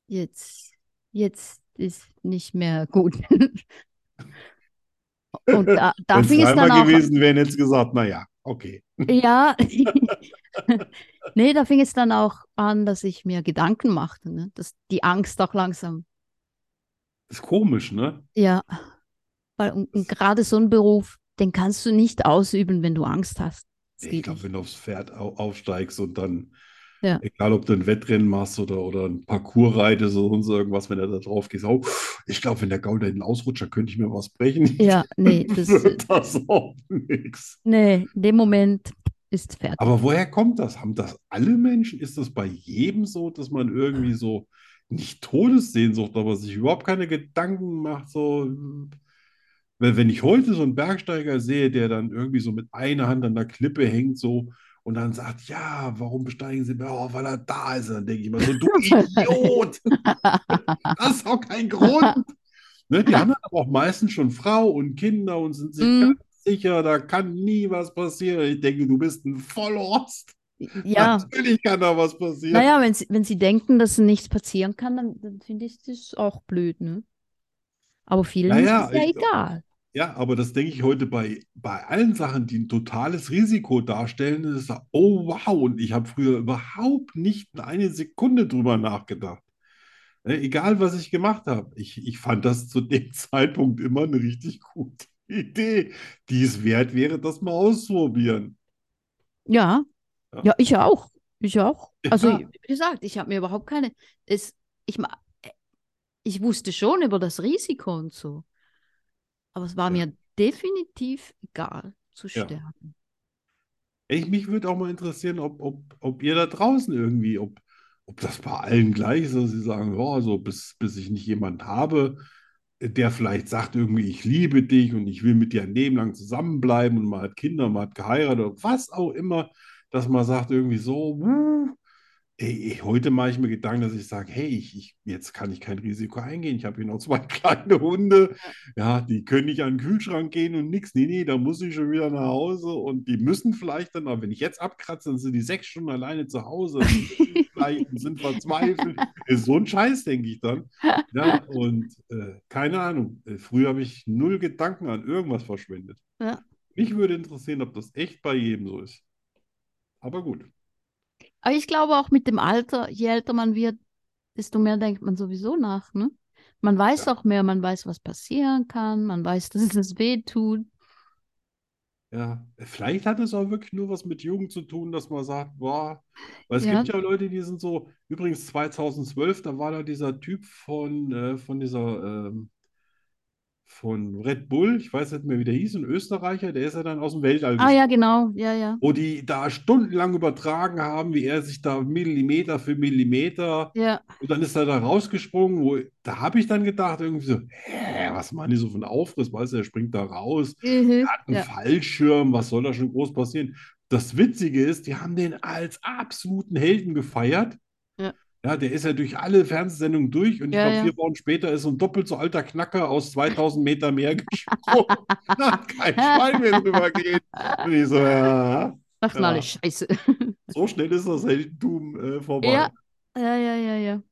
Speaker 3: jetzt, jetzt ist nicht mehr gut. Und da, da
Speaker 1: Wenn es
Speaker 3: fing es dann
Speaker 1: dreimal
Speaker 3: auch
Speaker 1: gewesen wäre, hätte ich gesagt, naja, okay.
Speaker 3: Ja, nee, da fing es dann auch an, dass ich mir Gedanken machte, ne? Dass die Angst auch langsam,
Speaker 1: Ist komisch, ne?
Speaker 3: ja, weil und, und gerade so ein Beruf, den kannst du nicht ausüben, wenn du Angst hast. Das
Speaker 1: Ich
Speaker 3: geht
Speaker 1: glaube,
Speaker 3: nicht.
Speaker 1: wenn du aufs Pferd au- aufsteigst und dann,
Speaker 3: Ja.
Speaker 1: egal ob du ein Wettrennen machst oder, oder ein Parcours reitest oder sonst irgendwas, wenn er da drauf geht, oh, ich glaube, wenn der Gaul da hinten ausrutscht, da könnte ich mir was brechen.
Speaker 3: Ja, nee, das,
Speaker 1: wird das auch nichts.
Speaker 3: nee, in dem Moment ist fertig.
Speaker 1: Aber woher kommt das? Haben das alle Menschen? Ist das bei jedem so, dass man irgendwie so nicht Todessehnsucht, aber sich überhaupt keine Gedanken macht? So, hm. wenn, wenn ich heute so einen Bergsteiger sehe, der dann irgendwie so mit einer Hand an der Klippe hängt, so und dann sagt, ja, warum besteigen Sie? Ja, weil er da ist. Dann denke ich immer so, du Idiot! Das ist auch kein Grund. Ne, die haben dann aber auch meistens schon Frau und Kinder und sind sich
Speaker 3: Mm,
Speaker 1: ganz sicher, da kann nie was passieren. Ich denke, du bist ein Vollhorst.
Speaker 3: ja,
Speaker 1: Natürlich kann da was passieren.
Speaker 3: naja, wenn sie, wenn sie denken, dass nichts passieren kann, dann, dann finde ich das auch blöd, ne? Aber vielen
Speaker 1: Naja,
Speaker 3: ist es ja
Speaker 1: ich-
Speaker 3: egal.
Speaker 1: Ja, aber das denke ich heute bei, bei allen Sachen, die ein totales Risiko darstellen, ist, da, oh wow, und ich habe früher überhaupt nicht eine Sekunde drüber nachgedacht. Ne, egal, was ich gemacht habe. Ich, ich fand das zu dem Zeitpunkt immer eine richtig gute Idee, die es wert wäre, das mal auszuprobieren.
Speaker 3: Ja, Ja, ich auch. Ich auch. Also,
Speaker 1: Ja.
Speaker 3: wie gesagt, ich habe mir überhaupt keine. Es, ich, ma- ich wusste schon über das Risiko und so. Aber es war
Speaker 1: Ja.
Speaker 3: mir definitiv egal zu
Speaker 1: Ja.
Speaker 3: sterben.
Speaker 1: Ey, mich würde auch mal interessieren, ob, ob, ob ihr da draußen irgendwie, ob, ob das bei allen gleich ist, dass sie sagen, ja, so bis, bis ich nicht jemand habe, der vielleicht sagt irgendwie, ich liebe dich und ich will mit dir ein Leben lang zusammenbleiben und man hat Kinder, man hat geheiratet oder was auch immer, dass man sagt irgendwie so, hm, ey, ey, heute mache ich mir Gedanken, dass ich sage, hey, ich, ich, jetzt kann ich kein Risiko eingehen, ich habe hier noch zwei kleine Hunde, ja, die können nicht an den Kühlschrank gehen und nix. Nee, nee, da muss ich schon wieder nach Hause. Und die müssen vielleicht dann, aber wenn ich jetzt abkratze, dann sind die sechs Stunden alleine zu Hause. Die vielleicht sind verzweifelt. Ist so ein Scheiß, denke ich dann. Ja, und äh, keine Ahnung. Äh, Früher habe ich null Gedanken an irgendwas verschwendet.
Speaker 3: Ja.
Speaker 1: Mich würde interessieren, ob das echt bei jedem so ist. Aber gut.
Speaker 3: Aber ich glaube auch mit dem Alter, je älter man wird, desto mehr denkt man sowieso nach, ne? Man weiß auch mehr, man weiß, was passieren kann, man weiß, dass es weh tut.
Speaker 1: Ja, vielleicht hat es auch wirklich nur was mit Jugend zu tun, dass man sagt, boah, weil es
Speaker 3: Ja.
Speaker 1: gibt ja Leute, die sind so, übrigens 2012, da war da dieser Typ von, äh, von dieser, ähm, von Red Bull, ich weiß nicht mehr, wie der hieß, ein Österreicher, der ist ja dann aus dem Weltall
Speaker 3: Ah ja, genau, ja, ja,
Speaker 1: wo die da stundenlang übertragen haben, wie er sich da Millimeter für Millimeter
Speaker 3: ja.
Speaker 1: und dann ist er da rausgesprungen, wo, da habe ich dann gedacht, irgendwie so, hä, was machen die so für einen Aufriss, weißt du, er springt da raus
Speaker 3: Mhm.
Speaker 1: hat einen
Speaker 3: Ja.
Speaker 1: Fallschirm, was soll da schon groß passieren? Das Witzige ist, die haben den als absoluten Helden gefeiert.
Speaker 3: Ja.
Speaker 1: Ja, der ist ja durch alle Fernsehsendungen durch und ich
Speaker 3: Ja,
Speaker 1: glaube,
Speaker 3: ja.
Speaker 1: vier Wochen später ist so ein doppelt so alter Knacker aus 2000 Meter mehr gesprungen. Da hat Kein Schwein mehr drüber geht. Und ich so, ja,
Speaker 3: Ach, na,
Speaker 1: Ja.
Speaker 3: alles scheiße.
Speaker 1: so schnell ist das Heldentum äh, vorbei.
Speaker 3: Ja, ja, ja, ja, ja.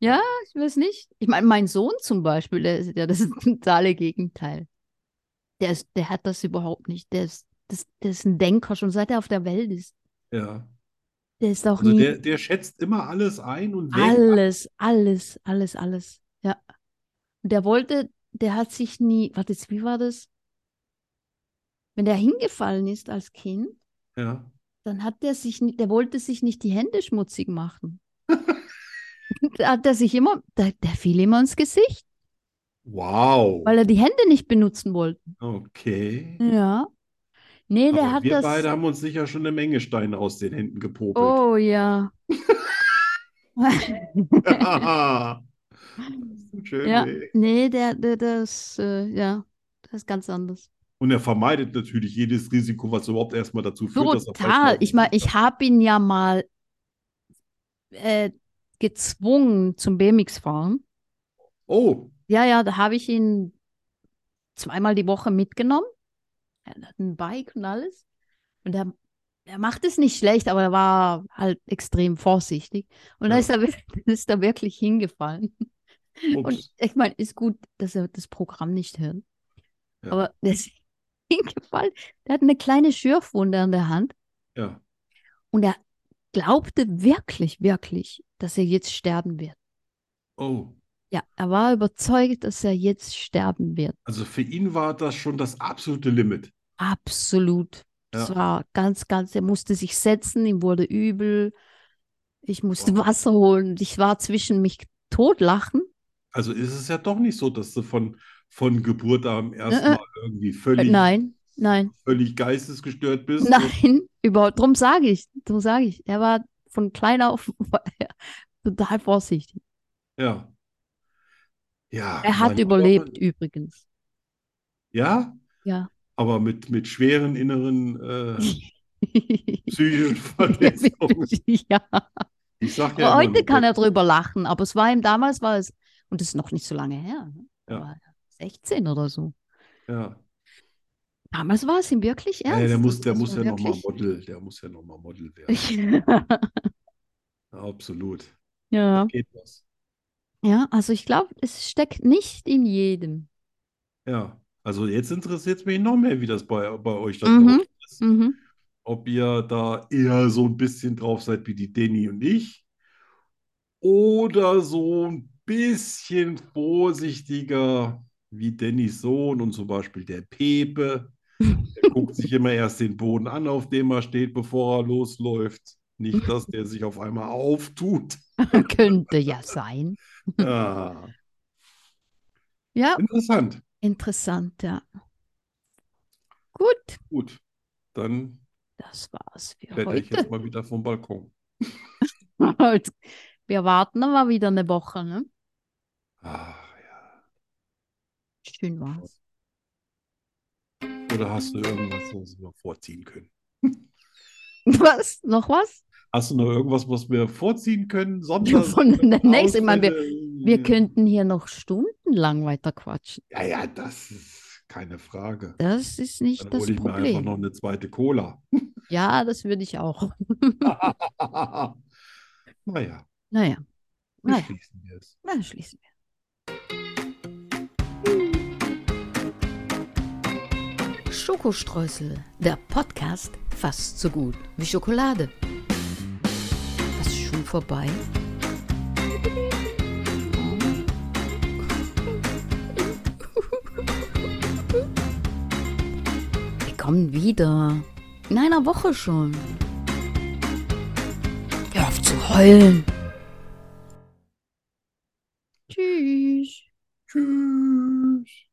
Speaker 3: Ja, ich weiß nicht. Ich meine, mein Sohn zum Beispiel, der ist ja das totale Gegenteil. Der ist, der hat das überhaupt nicht. Der ist, das, der ist ein Denker schon seit er auf der Welt ist.
Speaker 1: Ja.
Speaker 3: Der ist auch
Speaker 1: Also
Speaker 3: nie.
Speaker 1: der, der schätzt immer alles ein und wägt
Speaker 3: Alles, alles, alles, alles. Ja. Und der wollte, der hat sich nie, warte, jetzt, wie war das? Wenn der hingefallen ist als Kind,
Speaker 1: Ja.
Speaker 3: dann hat der sich, ni- der wollte sich nicht die Hände schmutzig machen. da hat er sich immer, der, der fiel immer ins Gesicht,
Speaker 1: Wow.
Speaker 3: weil er die Hände nicht benutzen wollte.
Speaker 1: Okay.
Speaker 3: Ja. Nee, der
Speaker 1: Aber
Speaker 3: hat
Speaker 1: wir
Speaker 3: das.
Speaker 1: beide haben uns sicher schon eine Menge Steine aus den Händen gepopelt.
Speaker 3: Oh ja.
Speaker 1: Ja. Schön,
Speaker 3: Oh, Ja.
Speaker 1: ey.
Speaker 3: Nee, der, der, das, äh, ja, das ist ganz anders.
Speaker 1: Und er vermeidet natürlich jedes Risiko, was überhaupt erstmal dazu führt, dass er falsch
Speaker 3: Total.
Speaker 1: laufen
Speaker 3: Ich meine, ich
Speaker 1: kann.
Speaker 3: habe ihn ja mal äh, gezwungen zum BMX-Fahren.
Speaker 1: Oh,
Speaker 3: Ja, ja, da habe ich ihn zweimal die Woche mitgenommen. Er hat ein Bike und alles. Und er, er macht es nicht schlecht, aber er war halt extrem vorsichtig. Und da
Speaker 1: Ja.
Speaker 3: ist er, wir- ist er wirklich hingefallen. Und
Speaker 1: ups.
Speaker 3: ich meine, ist gut, dass er das Programm nicht hört.
Speaker 1: Ja.
Speaker 3: Aber der ist hingefallen. Der hat eine kleine Schürfwunde an der Hand.
Speaker 1: Ja.
Speaker 3: Und er glaubte wirklich, wirklich, dass er jetzt sterben wird.
Speaker 1: Oh.
Speaker 3: Ja, er war überzeugt, dass er jetzt sterben wird.
Speaker 1: Also für ihn war das schon das absolute Limit.
Speaker 3: Absolut. Das
Speaker 1: Ja.
Speaker 3: war ganz, ganz, er musste sich setzen, ihm wurde übel. Ich musste
Speaker 1: Boah.
Speaker 3: Wasser holen. Ich war zwischen mich totlachen.
Speaker 1: Also ist es ja doch nicht so, dass du von, von Geburt an erstmal irgendwie
Speaker 3: Äh,
Speaker 1: völlig,
Speaker 3: nein, nein,
Speaker 1: völlig geistesgestört bist.
Speaker 3: nein, überhaupt. Drum sage ich, drum sage ich. Er war von klein auf war er total vorsichtig.
Speaker 1: Ja. Ja,
Speaker 3: Er hat
Speaker 1: manchmal-
Speaker 3: überlebt übrigens.
Speaker 1: Ja?
Speaker 3: Ja.
Speaker 1: Aber mit, mit schweren inneren äh, psychischen Verletzungen.
Speaker 3: ja.
Speaker 1: Ich sag ja
Speaker 3: Aber
Speaker 1: immer
Speaker 3: heute
Speaker 1: nur,
Speaker 3: kann er drüber lachen, aber es war ihm damals, war es, und das ist noch nicht so lange her, ne? Da
Speaker 1: Ja.
Speaker 3: war er 16 oder so.
Speaker 1: Ja.
Speaker 3: Damals war es ihm wirklich
Speaker 1: Ja,
Speaker 3: ernst.
Speaker 1: der muss,
Speaker 3: Das-
Speaker 1: der
Speaker 3: das
Speaker 1: muss
Speaker 3: war
Speaker 1: ja nochmal
Speaker 3: wirklich-
Speaker 1: Model, der muss ja nochmal Model werden.
Speaker 3: Ich-
Speaker 1: Absolut.
Speaker 3: ja.
Speaker 1: Geht was.
Speaker 3: ja, also ich glaube, es steckt nicht in jedem.
Speaker 1: Ja. Also jetzt interessiert es mich noch mehr, wie das bei, bei euch da
Speaker 3: Mhm.
Speaker 1: draußen ist.
Speaker 3: Mhm.
Speaker 1: Ob ihr da eher so ein bisschen drauf seid wie die Deni und ich. Oder so ein bisschen vorsichtiger wie Dennys Sohn und zum Beispiel der Pepe. Er guckt sich immer erst den Boden an, auf dem er steht, bevor er losläuft. Nicht, dass der sich auf einmal auftut.
Speaker 3: Könnte ja sein.
Speaker 1: Ah,
Speaker 3: Ja,
Speaker 1: interessant.
Speaker 3: interessant, ja. Gut,
Speaker 1: Gut, dann
Speaker 3: das war's für
Speaker 1: kletter ich
Speaker 3: heute.
Speaker 1: jetzt mal wieder vom Balkon.
Speaker 3: Jetzt- Wir warten aber wieder eine Woche, ne?
Speaker 1: Ah,
Speaker 3: Schön war's.
Speaker 1: ja. Oder hast du irgendwas, was wir vorziehen können?
Speaker 3: Was? Noch was?
Speaker 1: Hast du noch irgendwas, was wir vorziehen können? Sonder
Speaker 3: Von der nächsten, ich meine, wir, wir
Speaker 1: Ausfälle?
Speaker 3: könnten hier noch stundenlang weiter quatschen.
Speaker 1: Ja, ja, das ist keine Frage.
Speaker 3: Das ist nicht
Speaker 1: Dann
Speaker 3: das
Speaker 1: hole ich mir einfach noch
Speaker 3: Problem.
Speaker 1: eine zweite Cola.
Speaker 3: Ja, das würde ich auch.
Speaker 1: naja,
Speaker 3: Naja,
Speaker 1: wir
Speaker 3: naja,
Speaker 1: schließen jetzt.
Speaker 3: dann schließen wir.
Speaker 2: Schokostreusel, der Podcast fast so gut wie Schokolade. Was ist schon vorbei? Wir kommen wieder. In einer Woche schon. Hör auf zu heulen.
Speaker 3: Tschüss.
Speaker 1: Tschüss.